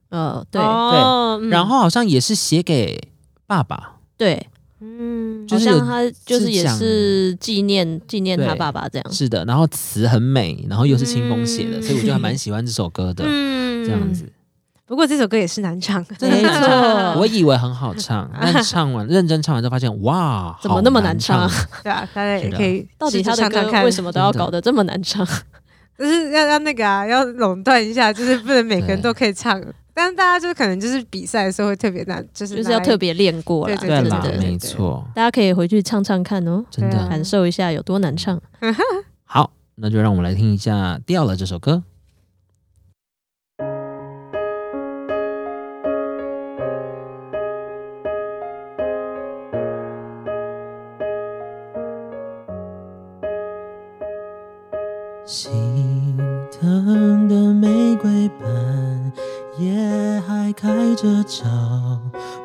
Speaker 1: 呃，对
Speaker 3: 哦嗯
Speaker 5: 然后好像也是写给爸爸，
Speaker 1: 对，
Speaker 3: 嗯，
Speaker 5: 就
Speaker 1: 好
Speaker 5: 是有
Speaker 1: 像他就是
Speaker 5: 是
Speaker 1: 也
Speaker 5: 讲
Speaker 1: 是纪念纪念他
Speaker 5: 对
Speaker 1: 爸爸这样，
Speaker 5: 是的。然后词很美，然后又是清风写的，
Speaker 3: 嗯
Speaker 5: 所以我就还蛮喜欢这首歌的。
Speaker 3: 嗯
Speaker 5: 这样子，
Speaker 3: 不过这首歌也是难 唱，
Speaker 5: 真的
Speaker 1: 没
Speaker 5: 难
Speaker 1: 错
Speaker 5: 唱，我以为很好唱，但唱完认真唱完之后发现，哇，
Speaker 1: 怎么那么
Speaker 5: 好
Speaker 1: 难
Speaker 5: 难
Speaker 1: 唱啊
Speaker 3: 对啊，大家也
Speaker 5: 是的
Speaker 3: 可以
Speaker 1: 到底他
Speaker 3: 试着
Speaker 1: 的
Speaker 3: 唱唱
Speaker 1: 歌
Speaker 3: 看
Speaker 1: 为什么都要
Speaker 5: 真的
Speaker 1: 搞得这么难唱？
Speaker 3: 就是要要那个啊，要垄断一下，就是不能每个人都可以唱。但是大家就是可能就是比赛的时候会特别难，就是
Speaker 1: 就是要特
Speaker 3: 别
Speaker 1: 别练过啦，
Speaker 3: 对
Speaker 5: 对
Speaker 1: 真
Speaker 5: 啦，
Speaker 1: 的，
Speaker 5: 没错，
Speaker 1: 大家可以回去唱唱看哦，
Speaker 5: 真
Speaker 3: 对啊
Speaker 5: 的
Speaker 1: 感受一下有多难唱。
Speaker 5: 好。那就让我们来听一下《掉了》这首歌。心疼的玫瑰半夜还开着，找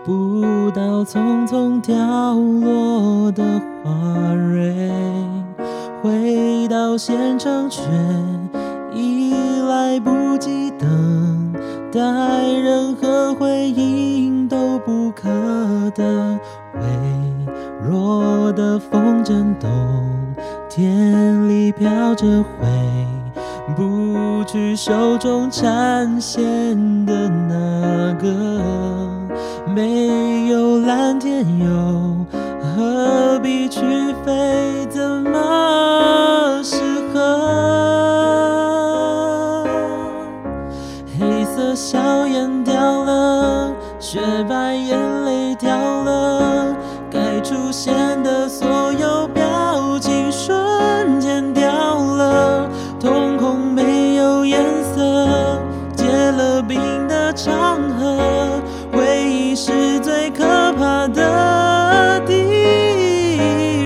Speaker 5: 不到匆匆掉落的花蕊。回到现场却已来不及等待，任何回应都不可得。微弱的风筝，冬天里飘着回不去手中缠线的那个。没有蓝天，又何必去飞？怎么适合？黑色笑颜掉了，雪白眼泪掉了，该出现的所有表情瞬间掉了，瞳孔没有颜色，结了冰的长河。回忆是最可怕的敌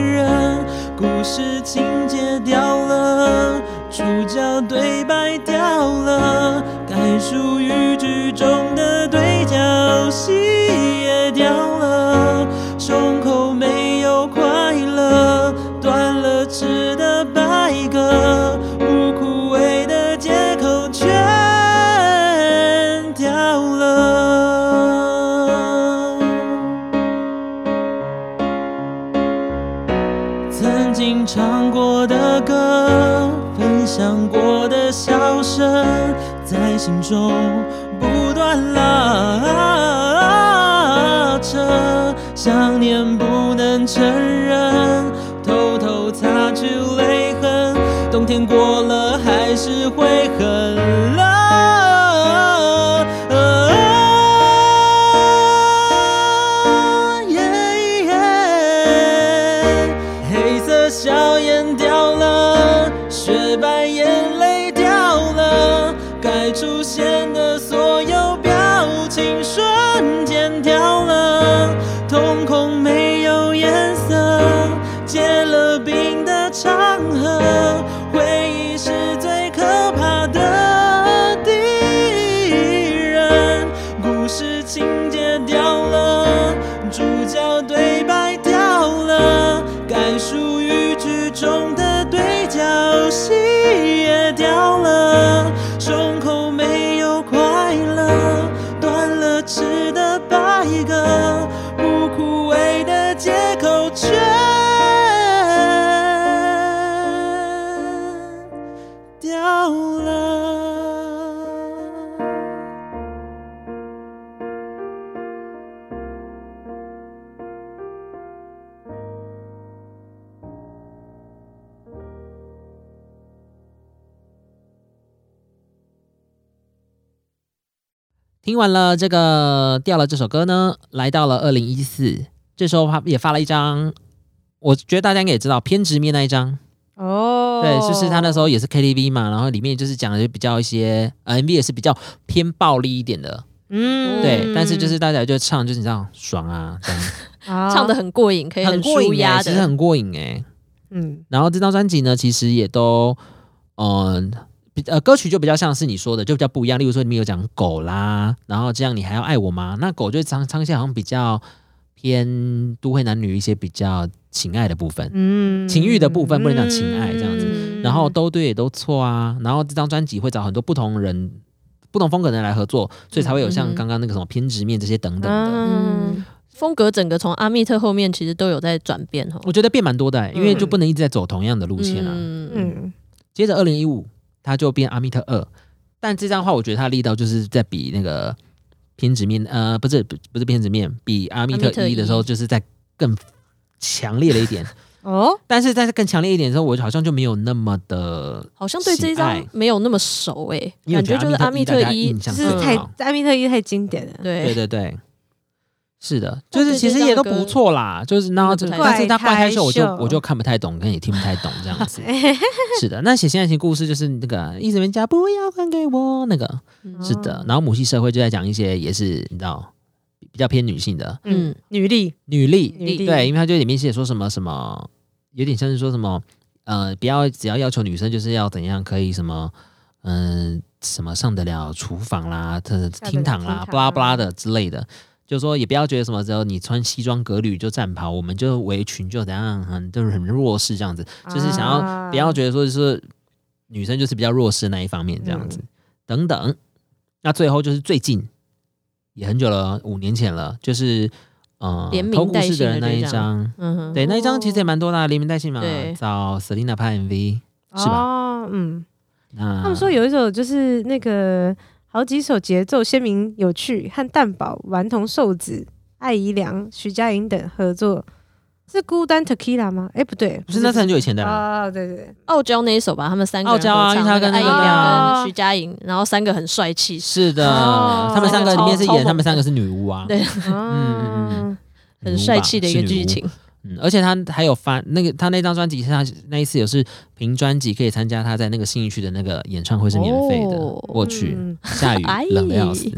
Speaker 5: 人。故事情节掉了，主角对白掉了，该属于剧中的对角戏也掉了，胸口没有快乐，断了翅的白鸽，无枯萎的借口全掉了。曾经唱过的歌，分享过的笑声，在心中不断拉扯。想念不能承认，偷偷擦去泪痕。冬天过了，还是会很冷。Yeah, yeah 黑色笑颜掉了，雪白眼泪掉了，该出现的所有表情瞬间掉了，瞳孔没有颜色，结了冰的长河，回忆是最可
Speaker 2: 听完了这个掉了这首歌呢，来到了二零一四，这时候他也发了一张，我觉得大家应该也知道偏执面那一张，
Speaker 3: 哦，
Speaker 2: 对，就是他那时候也是 KTV 嘛，然后里面就是讲的就比较一些、呃、MV 也是比较偏暴力一点的，
Speaker 3: 嗯，
Speaker 2: 对，但是就是大家就唱，就是你知道爽啊，这样
Speaker 3: 唱
Speaker 5: 嗯
Speaker 1: 唱的，很过瘾，可以
Speaker 2: 很过
Speaker 1: 舒
Speaker 2: 瘾、欸，
Speaker 1: 压
Speaker 2: 其实
Speaker 1: 的。
Speaker 2: 很过瘾哎、
Speaker 3: 嗯
Speaker 2: 然后这张专辑呢，其实也都，嗯、比呃，歌曲就比较像是你说的，就比较不一样。例如说，里面有讲狗啦，然后这样你还要爱我吗？那狗就唱唱一些好像比较偏都会男女一些比较情爱的部分，
Speaker 3: 嗯
Speaker 2: 情欲的部分不能讲情爱这样子
Speaker 3: 嗯
Speaker 2: 然后都对也都错啊。然后这张专辑会找很多不同人、不同风格的人来合作，所以才会有
Speaker 1: 嗯嗯
Speaker 2: 像
Speaker 1: 嗯
Speaker 2: 刚刚那个什么偏执面这些等等的。
Speaker 3: 嗯
Speaker 1: 嗯，风格整个从阿密特后面其实都有在转变哦。
Speaker 2: 我觉得变蛮多的欸、因为就不能一直在走同样的路线啊。
Speaker 1: 嗯，
Speaker 3: 嗯
Speaker 2: 接着二零一五，他就变阿密特二，但这张的话，我觉得他的力道就是在比那个偏执面，呃，不是不不是偏执面，比阿密
Speaker 1: 阿密特
Speaker 2: 特一的时候，
Speaker 1: 一
Speaker 2: 就是在更 强烈了一点。
Speaker 3: 哦，
Speaker 2: 但是在更强烈一点的时候，我好像就没有那么的，
Speaker 1: 好像对这一
Speaker 2: 喜
Speaker 1: 张
Speaker 2: 爱
Speaker 1: 没有那么熟诶，
Speaker 2: 因
Speaker 1: 感
Speaker 2: 为我觉
Speaker 1: 就是
Speaker 2: 得
Speaker 1: 阿
Speaker 2: 阿
Speaker 1: 密
Speaker 2: 密
Speaker 1: 特
Speaker 2: 特一
Speaker 1: 一
Speaker 2: 大家印，象
Speaker 3: 就是
Speaker 2: 很
Speaker 3: 太
Speaker 2: 好
Speaker 3: 阿密特一太经典了，
Speaker 1: 对
Speaker 2: 对对对。是的，
Speaker 1: 但
Speaker 2: 就
Speaker 1: 是
Speaker 2: 是其
Speaker 1: 这
Speaker 2: 实
Speaker 1: 张
Speaker 2: 也都
Speaker 1: 歌
Speaker 2: 不错啦，就是然后
Speaker 1: 真的
Speaker 2: 就，
Speaker 1: 不太
Speaker 2: 但是他
Speaker 3: 怪
Speaker 2: 怪
Speaker 3: 胎
Speaker 2: 胎秀我就
Speaker 3: 秀
Speaker 2: 我就看不太懂，跟也听不太懂这样子。是的，那写现爱情故事就是那个一直人家不要还给我那个，
Speaker 1: 嗯
Speaker 2: 是的
Speaker 3: 哦，
Speaker 2: 然后母系社会就在讲一些也是你知道比较偏女性的
Speaker 3: 嗯
Speaker 1: 嗯，
Speaker 3: 女力，
Speaker 2: 女力，
Speaker 3: 女力
Speaker 2: 对，因为它就里面写说什么什么，有点像是说什么呃，不要只要要求女生就是要怎样可以什么嗯、什么上得了厨房啦、这
Speaker 3: 了
Speaker 2: 厅堂
Speaker 3: 厅
Speaker 2: 啦、
Speaker 3: 堂
Speaker 2: 巴拉巴拉的之类的。就说也不要觉得什么，只有你穿西装革履就战袍，我们就围裙就怎样，很就是很弱势这样子，就是想
Speaker 3: 啊
Speaker 1: 嗯
Speaker 2: 要不要觉得说就是女生就是比较弱势那一方面这样子、
Speaker 1: 嗯
Speaker 2: 等等。那最后就是最近也很久了，五年前了，就是呃
Speaker 1: 连，名
Speaker 2: 投股
Speaker 1: 带
Speaker 2: 市
Speaker 1: 姓的
Speaker 2: 的人那
Speaker 1: 这
Speaker 2: 一
Speaker 1: 张
Speaker 2: 张，
Speaker 1: 嗯哼，
Speaker 2: 对，那一张其实也蛮多的啊，连名带姓嘛
Speaker 1: 对，
Speaker 2: 找 Selina 拍 MV，
Speaker 3: 哦
Speaker 2: 是吧
Speaker 3: 嗯，
Speaker 2: 那
Speaker 3: 他们说有一首就是那个好几首节奏鲜明、有趣，和蛋堡、顽童瘦子、艾怡良、徐佳莹等合作，是孤单 Tequila 吗？哎、不对，
Speaker 2: 不是那是很久以前的啦，
Speaker 3: 啊、哦，对对对，
Speaker 1: 傲娇那一首吧，他们三个
Speaker 2: 傲娇啊
Speaker 1: 人合唱
Speaker 2: 因为他跟
Speaker 1: 艾
Speaker 2: 那
Speaker 1: 怡
Speaker 2: 个
Speaker 1: 良
Speaker 3: 哦
Speaker 1: 跟徐佳莹，然后三个很帅气，
Speaker 2: 是的，
Speaker 3: 哦
Speaker 2: 他们三个里面是
Speaker 1: 超
Speaker 2: 演
Speaker 1: 超
Speaker 2: 他们三个是女巫啊，
Speaker 1: 对，
Speaker 3: 哦，
Speaker 2: 嗯女巫
Speaker 1: 很帅
Speaker 2: 吧
Speaker 1: 气的一
Speaker 2: 是
Speaker 1: 个
Speaker 2: 女
Speaker 1: 剧
Speaker 2: 巫
Speaker 1: 情。
Speaker 2: 嗯，而且他还有发那个他那张专辑，他那一次有是凭专辑可以参加他在那个信义区的那个演唱会是免费的，
Speaker 1: 哦
Speaker 2: 我去、
Speaker 3: 嗯
Speaker 2: 下雨
Speaker 1: 哎
Speaker 2: 冷的要死，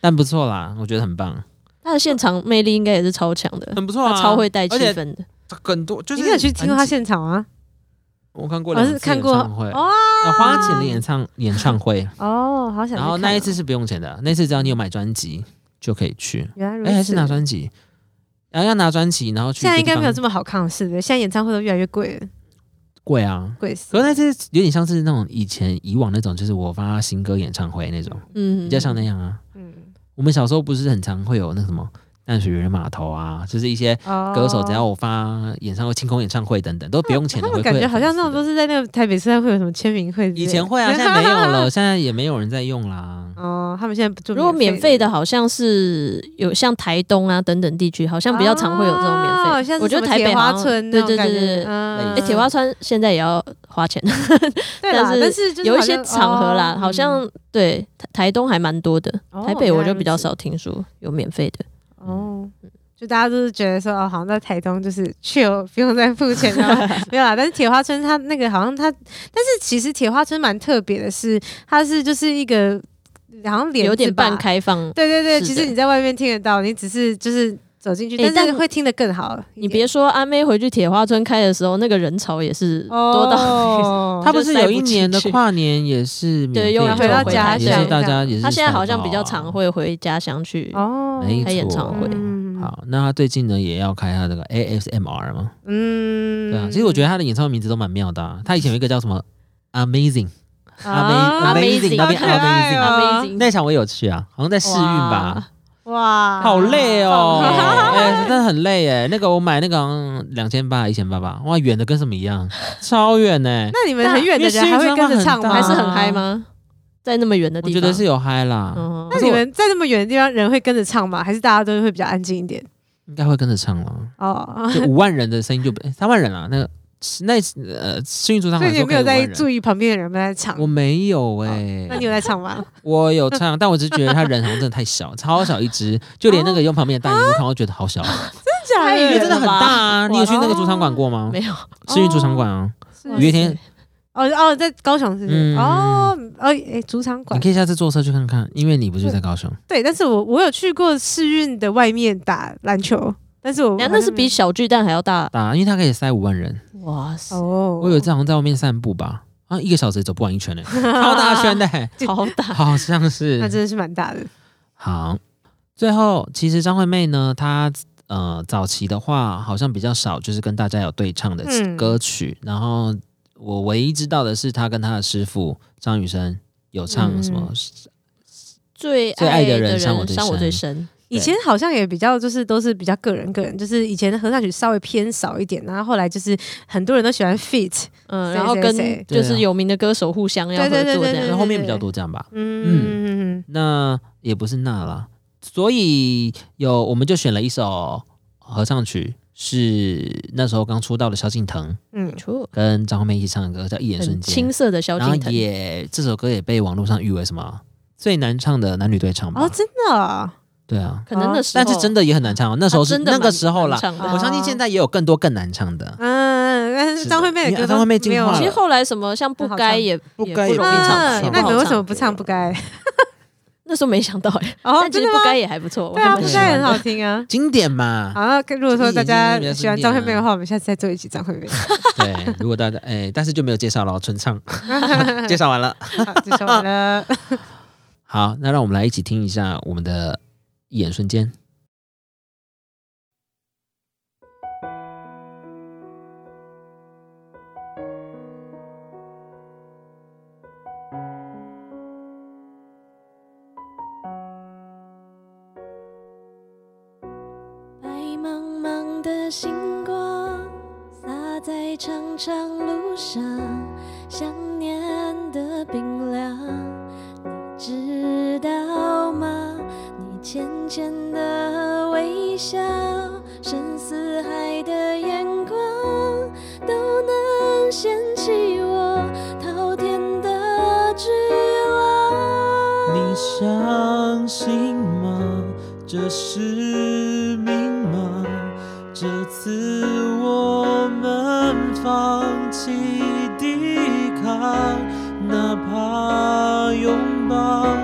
Speaker 2: 但不错啦，我觉得很棒，
Speaker 1: 他的现场魅力应该也是超强的，
Speaker 2: 很不错
Speaker 1: 他
Speaker 2: 啊，
Speaker 1: 超会带气
Speaker 2: 而且
Speaker 1: 氛的。
Speaker 2: 很多就是
Speaker 3: 你没有去听过他
Speaker 2: 很几
Speaker 3: 现场啊？
Speaker 2: 我看过
Speaker 3: 我
Speaker 2: 两
Speaker 3: 是
Speaker 2: 次
Speaker 3: 看
Speaker 2: 演
Speaker 3: 过
Speaker 2: 唱会，
Speaker 3: 哦
Speaker 2: 要花钱的演唱演唱会，
Speaker 3: 哦， 好想去看哦。
Speaker 2: 然后那一次是不用钱的，那次只要你有买专辑就可以去，
Speaker 3: 原来如此，
Speaker 2: 哎，还是拿专辑，然后要拿专辑，然后去
Speaker 3: 现在应该没有这
Speaker 2: 么
Speaker 3: 么好看，是不是？现在演唱会都越来越贵了，
Speaker 2: 贵啊。
Speaker 3: 贵死
Speaker 2: 可是那次有点像是那种以前以往那种，就是我发新歌演唱会那种，
Speaker 1: 嗯，
Speaker 2: 比较像那样啊。
Speaker 3: 嗯，
Speaker 2: 我们小时候不是很常会有那什么淡水渔人码头啊，就是一些
Speaker 3: 哦
Speaker 2: 歌手只要我发演唱会、清空演唱会等等，都不用
Speaker 1: 哦
Speaker 2: 钱的。
Speaker 3: 哦他们
Speaker 2: 会
Speaker 3: 感觉好像那种
Speaker 2: 种
Speaker 3: 都是在那个台北车站会有什么签名会之类的，
Speaker 2: 以前会啊，现在没有了， 现在也没有人在用啦。
Speaker 3: 哦，他们现在不做。
Speaker 1: 如果免费的，好像是有像台东啊等等地区，好像比较常会有这种免
Speaker 3: 哦
Speaker 1: 费。
Speaker 3: 像是
Speaker 1: 我觉
Speaker 3: 什
Speaker 1: 得
Speaker 3: 么
Speaker 1: 台北
Speaker 3: 铁花
Speaker 1: 好像
Speaker 3: 村那
Speaker 1: 对
Speaker 3: 种
Speaker 1: 对
Speaker 3: 感
Speaker 1: 对
Speaker 3: 觉
Speaker 1: 对。
Speaker 3: 嗯
Speaker 1: 哎，铁花川现在也要花钱，
Speaker 3: 对啦，
Speaker 1: 但是
Speaker 3: 但是就是
Speaker 1: 有一
Speaker 3: 好
Speaker 1: 些
Speaker 3: 像
Speaker 1: 场合啦，
Speaker 3: 哦
Speaker 1: 好像对台台东还蛮多的，
Speaker 3: 哦
Speaker 1: 台北我就比
Speaker 3: 原来如
Speaker 1: 较
Speaker 3: 此
Speaker 1: 少听说有免费的。
Speaker 3: 哦。就大家都是觉得说哦，好像在台东就是 chill，不 用再付钱了，没有啦。但是铁花村它那个好像它，但是其实铁花村蛮特别的是，它是就是一个好像帘子
Speaker 1: 有点
Speaker 3: 吧
Speaker 1: 半开放。
Speaker 3: 对对对，
Speaker 1: 是
Speaker 3: 其
Speaker 1: 的
Speaker 3: 实你在外面听得到，你只是就是走进去，
Speaker 1: 诶
Speaker 3: 但是
Speaker 1: 但
Speaker 3: 会听得更好一点。
Speaker 1: 你别说阿妹回去铁花村开的时候，那个人潮也是多 到。
Speaker 3: 哦，
Speaker 2: 他不是有一年的跨年也是免费
Speaker 1: 对又
Speaker 2: 的
Speaker 1: 回到家
Speaker 2: 也是大家也是。啊
Speaker 1: 她现在好像比较
Speaker 5: 哦
Speaker 1: 常。会回家乡去
Speaker 3: 哦
Speaker 2: 没
Speaker 1: 开演唱会。
Speaker 3: 嗯
Speaker 2: 好，那他最近呢也要开他那个 ASMR 嘛？
Speaker 3: 嗯
Speaker 2: 对啊，其实我觉得他的演唱会名字都蛮妙的啊。他以前有一个叫什么 Amazing
Speaker 3: 得
Speaker 5: 啊
Speaker 2: Amazing Amazing 那边
Speaker 3: 啊好可爱
Speaker 2: Amazing
Speaker 3: 哦
Speaker 2: 那场我有去啊，好像在试运吧。
Speaker 3: 哇，
Speaker 2: 好累哦，
Speaker 3: 好
Speaker 2: 哎、真的很累哎。那个我买那个两千八、一千八吧，哇，远的跟什么一样，超远呢。
Speaker 3: 那你们很远的人还会跟着唱吗？
Speaker 2: 啊
Speaker 1: 还是很嗨？吗？在那么远的
Speaker 2: 我
Speaker 1: 地方，
Speaker 2: 觉得是有嗨啦，
Speaker 1: 嗯
Speaker 3: 那你们在那么远的地方，人会跟着唱吗？还是大家都会比较安静一点？
Speaker 2: 应该会跟着唱了。
Speaker 3: 哦，
Speaker 2: 就五万人的声音就不哎三万人啊，那个
Speaker 5: 那呃幸运主
Speaker 3: 所
Speaker 5: 场馆
Speaker 3: 以你
Speaker 5: 说
Speaker 3: 有没有
Speaker 5: 可五万
Speaker 3: 在
Speaker 5: 人
Speaker 3: 注意旁边的人们在唱？
Speaker 5: 我没有哎、
Speaker 3: 那你有在唱 吗？
Speaker 5: 我有唱，但我只是觉得他人好像真的太小，超小一只，就连那个用旁边的大荧幕看，我都觉得好小，
Speaker 3: 真
Speaker 4: 太
Speaker 5: 因
Speaker 4: 远
Speaker 5: 为
Speaker 4: 了
Speaker 5: 真的很大啊！你有去那个主场馆过吗？
Speaker 4: 没有，
Speaker 5: 幸运主场馆啊，
Speaker 3: 哦
Speaker 5: 五月天，
Speaker 3: 哦哦，在高雄是不是？
Speaker 5: 嗯
Speaker 3: 哦哦，诶，主场馆
Speaker 5: 你可以下次坐车去看看，因为你不是在高雄，
Speaker 3: 对，但是我我有去过世运的外面打篮球，但是我
Speaker 4: 哎呀那是比小巨蛋还要大。
Speaker 5: 大，啊因为它可以塞五万人。
Speaker 4: 哇塞，
Speaker 3: 哦，
Speaker 5: 我有一次好像在外面散步吧，啊，一个小时也走不完一圈呢、超大圈的、
Speaker 4: 好 大！
Speaker 5: 好像
Speaker 3: 那
Speaker 5: 是。
Speaker 3: 真的是蛮大的。
Speaker 5: 好，最后其实张惠妹呢，她呃早期的话好像比较少，就是跟大家有对唱的
Speaker 3: 嗯
Speaker 5: 歌曲。然后我唯一知道的是，她跟她的师傅张雨生有唱什么。
Speaker 3: 嗯
Speaker 4: 最
Speaker 5: 最爱
Speaker 4: 爱
Speaker 5: 的人
Speaker 4: 人
Speaker 5: 伤我最
Speaker 4: 伤我最
Speaker 5: 深
Speaker 4: 深，
Speaker 3: 以前好像也比较就是都是比较个人个人，就是以前的合唱曲稍微偏少一点，然后后来就是很多人都喜欢 fit，
Speaker 4: 嗯，
Speaker 3: 谁
Speaker 4: 然后
Speaker 3: 谁谁
Speaker 4: 跟就
Speaker 5: 对啊
Speaker 4: 是有名的歌手互相要合
Speaker 3: 对对对
Speaker 4: 作这
Speaker 3: 对
Speaker 5: 那
Speaker 4: 样。
Speaker 5: 后面比较多这样
Speaker 2: 嗯
Speaker 5: 吧，
Speaker 3: 嗯，
Speaker 5: 那也不是那啦，所以有我们就选了一首合唱曲，是那时候刚出道的萧敬腾
Speaker 3: 嗯，
Speaker 4: 错，
Speaker 5: 跟张惠妹一起唱的歌，叫《一眼瞬
Speaker 4: 很
Speaker 5: 间
Speaker 4: 青》，涩的萧
Speaker 5: 然后
Speaker 4: 敬腾，
Speaker 5: 也这首歌也被网络上誉为什么最难唱的男女对唱吧？
Speaker 3: 哦，真的哦，
Speaker 5: 对啊，
Speaker 4: 可能那时候
Speaker 5: 但是真的也很难唱哦，那时候是、
Speaker 4: 啊真的
Speaker 5: 那
Speaker 4: 蛮
Speaker 5: 个时候啦
Speaker 4: 难，唱的啊
Speaker 5: 我相信现在也有更多更难唱的。
Speaker 3: 嗯，但是张惠妹的歌都
Speaker 5: 张惠妹进化了
Speaker 4: 其实后来什么像不该也
Speaker 5: 啊不
Speaker 4: 也
Speaker 5: 该也
Speaker 4: 不容易
Speaker 5: 啊
Speaker 4: 唱，也
Speaker 3: 嗯，那
Speaker 4: 不
Speaker 3: 你
Speaker 4: 好
Speaker 3: 们为什么不
Speaker 4: 歌
Speaker 3: 唱不？该？
Speaker 4: 那时候没想到哎，
Speaker 3: 哦，
Speaker 4: 但其
Speaker 3: 真
Speaker 4: 实
Speaker 3: 的
Speaker 4: 不该
Speaker 3: 吗？
Speaker 4: 也还不错，我
Speaker 3: 对
Speaker 4: 还
Speaker 3: 啊，
Speaker 4: 蛮
Speaker 3: 不
Speaker 4: 喜
Speaker 3: 该
Speaker 4: 欢
Speaker 3: 很
Speaker 4: 的
Speaker 3: 好听啊。
Speaker 5: 经典嘛，
Speaker 3: 好，那如果说大家
Speaker 5: 这一眼
Speaker 3: 喜欢
Speaker 5: 就是
Speaker 3: 张惠
Speaker 5: 比较经典啊
Speaker 3: 妹的话，我们下次再做一集张惠妹。
Speaker 5: 对。如果大家哎、但是就没有介绍了，纯唱介绍完了。
Speaker 3: 好，就说完了。
Speaker 5: 好，那让我们来一起听一下我们的一眼瞬间。
Speaker 4: 白茫茫的星光洒在长长路上，想念的冰凉，你知道吗？你浅浅的微笑，深似海的眼光，都能掀起我滔天的巨浪。
Speaker 5: 你相信吗？这是命吗？这次我们放弃抵抗，哪怕拥抱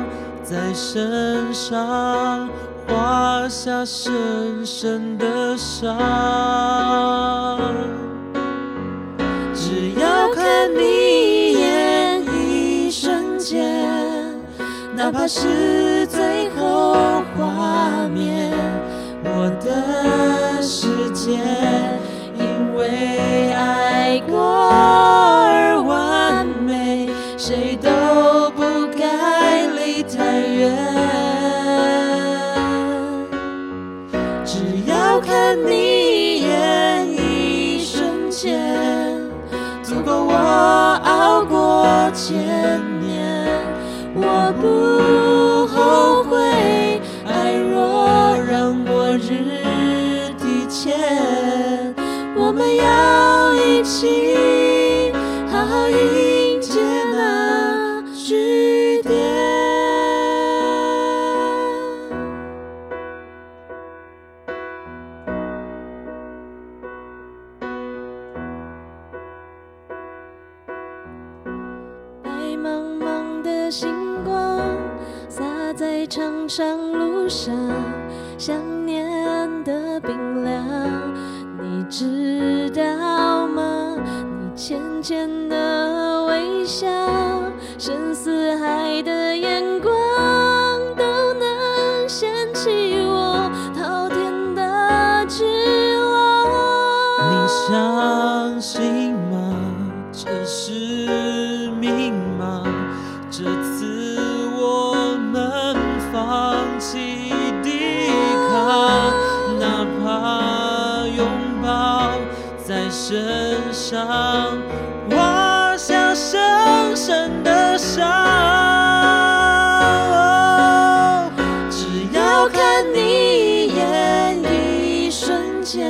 Speaker 5: 在身上，划下深深的伤。只要看你一眼，一瞬间。哪怕是最后画面，我的世界因为爱过而完美，谁都不该离太远。只要看你一眼，一瞬间，足够我熬过千年。我不后悔，爱若让我日提前，我们要一起好好迎接那句点。白茫茫的星光洒在长长路上，想念的冰凉，你知道吗？你浅浅的微笑，深似海的眼光，都能掀起我滔天的巨浪。你相信吗？这是命吗？这次我们放弃抵抗，哪怕拥抱在身上，划下深深的伤。只要看你一眼，一瞬间。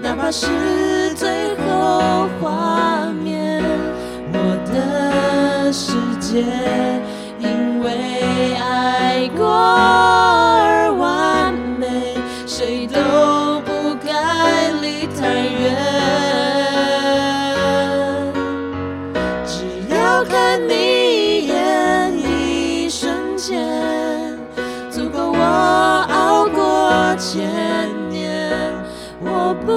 Speaker 5: 哪怕是最后
Speaker 4: 画面，我的世界因为爱过而完美，谁都不该离太远。只要看你一眼，一瞬间，足够我熬过千年。我不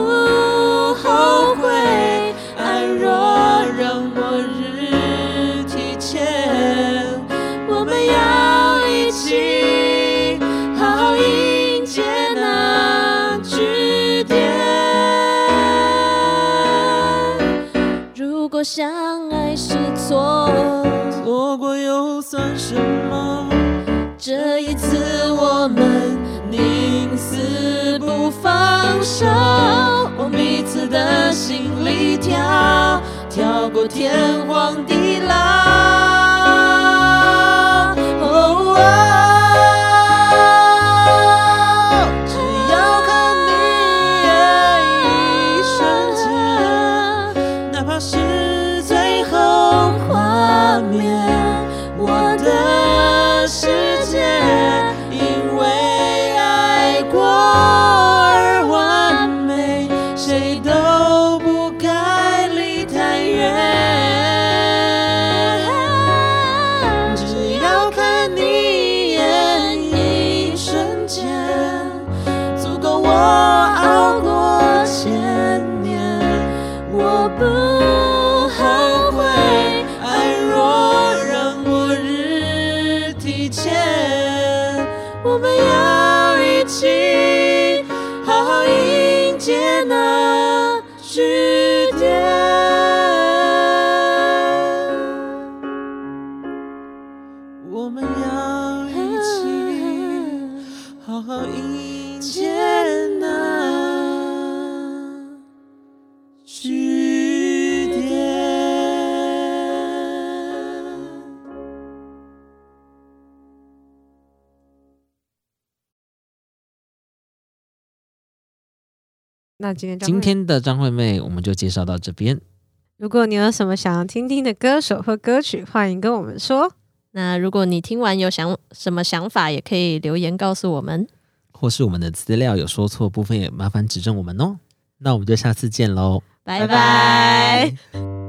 Speaker 4: 后悔，爱若让我日提前，我们要一起好好迎接那句点。如果相爱是错，错过又算什么？这一次我们宁死不放手，我彼此的心里跳，跳过天荒地老。哦哦只要看你一眼，一瞬间，哪怕是最后画面。我的世界，因为爱过而完美，谁都不该离太远。只要看你一眼，一瞬间，足够我熬过千年。我不后悔，爱若让我日提前，我们要一起好好迎接那句点。我们要一起好好迎接那。据点。
Speaker 3: 那今天张
Speaker 2: 今
Speaker 3: 惠
Speaker 2: 天的张惠妹我们就介绍到这边，
Speaker 3: 如果你有什么想要听听的歌手或歌曲，欢迎跟我们说。
Speaker 1: 那如果你听完有想什么想法，也可以留言告诉我们。
Speaker 2: 或是我们的资料有说错部分，也麻烦指正我们哦。那我们就下次见喽，
Speaker 1: 拜拜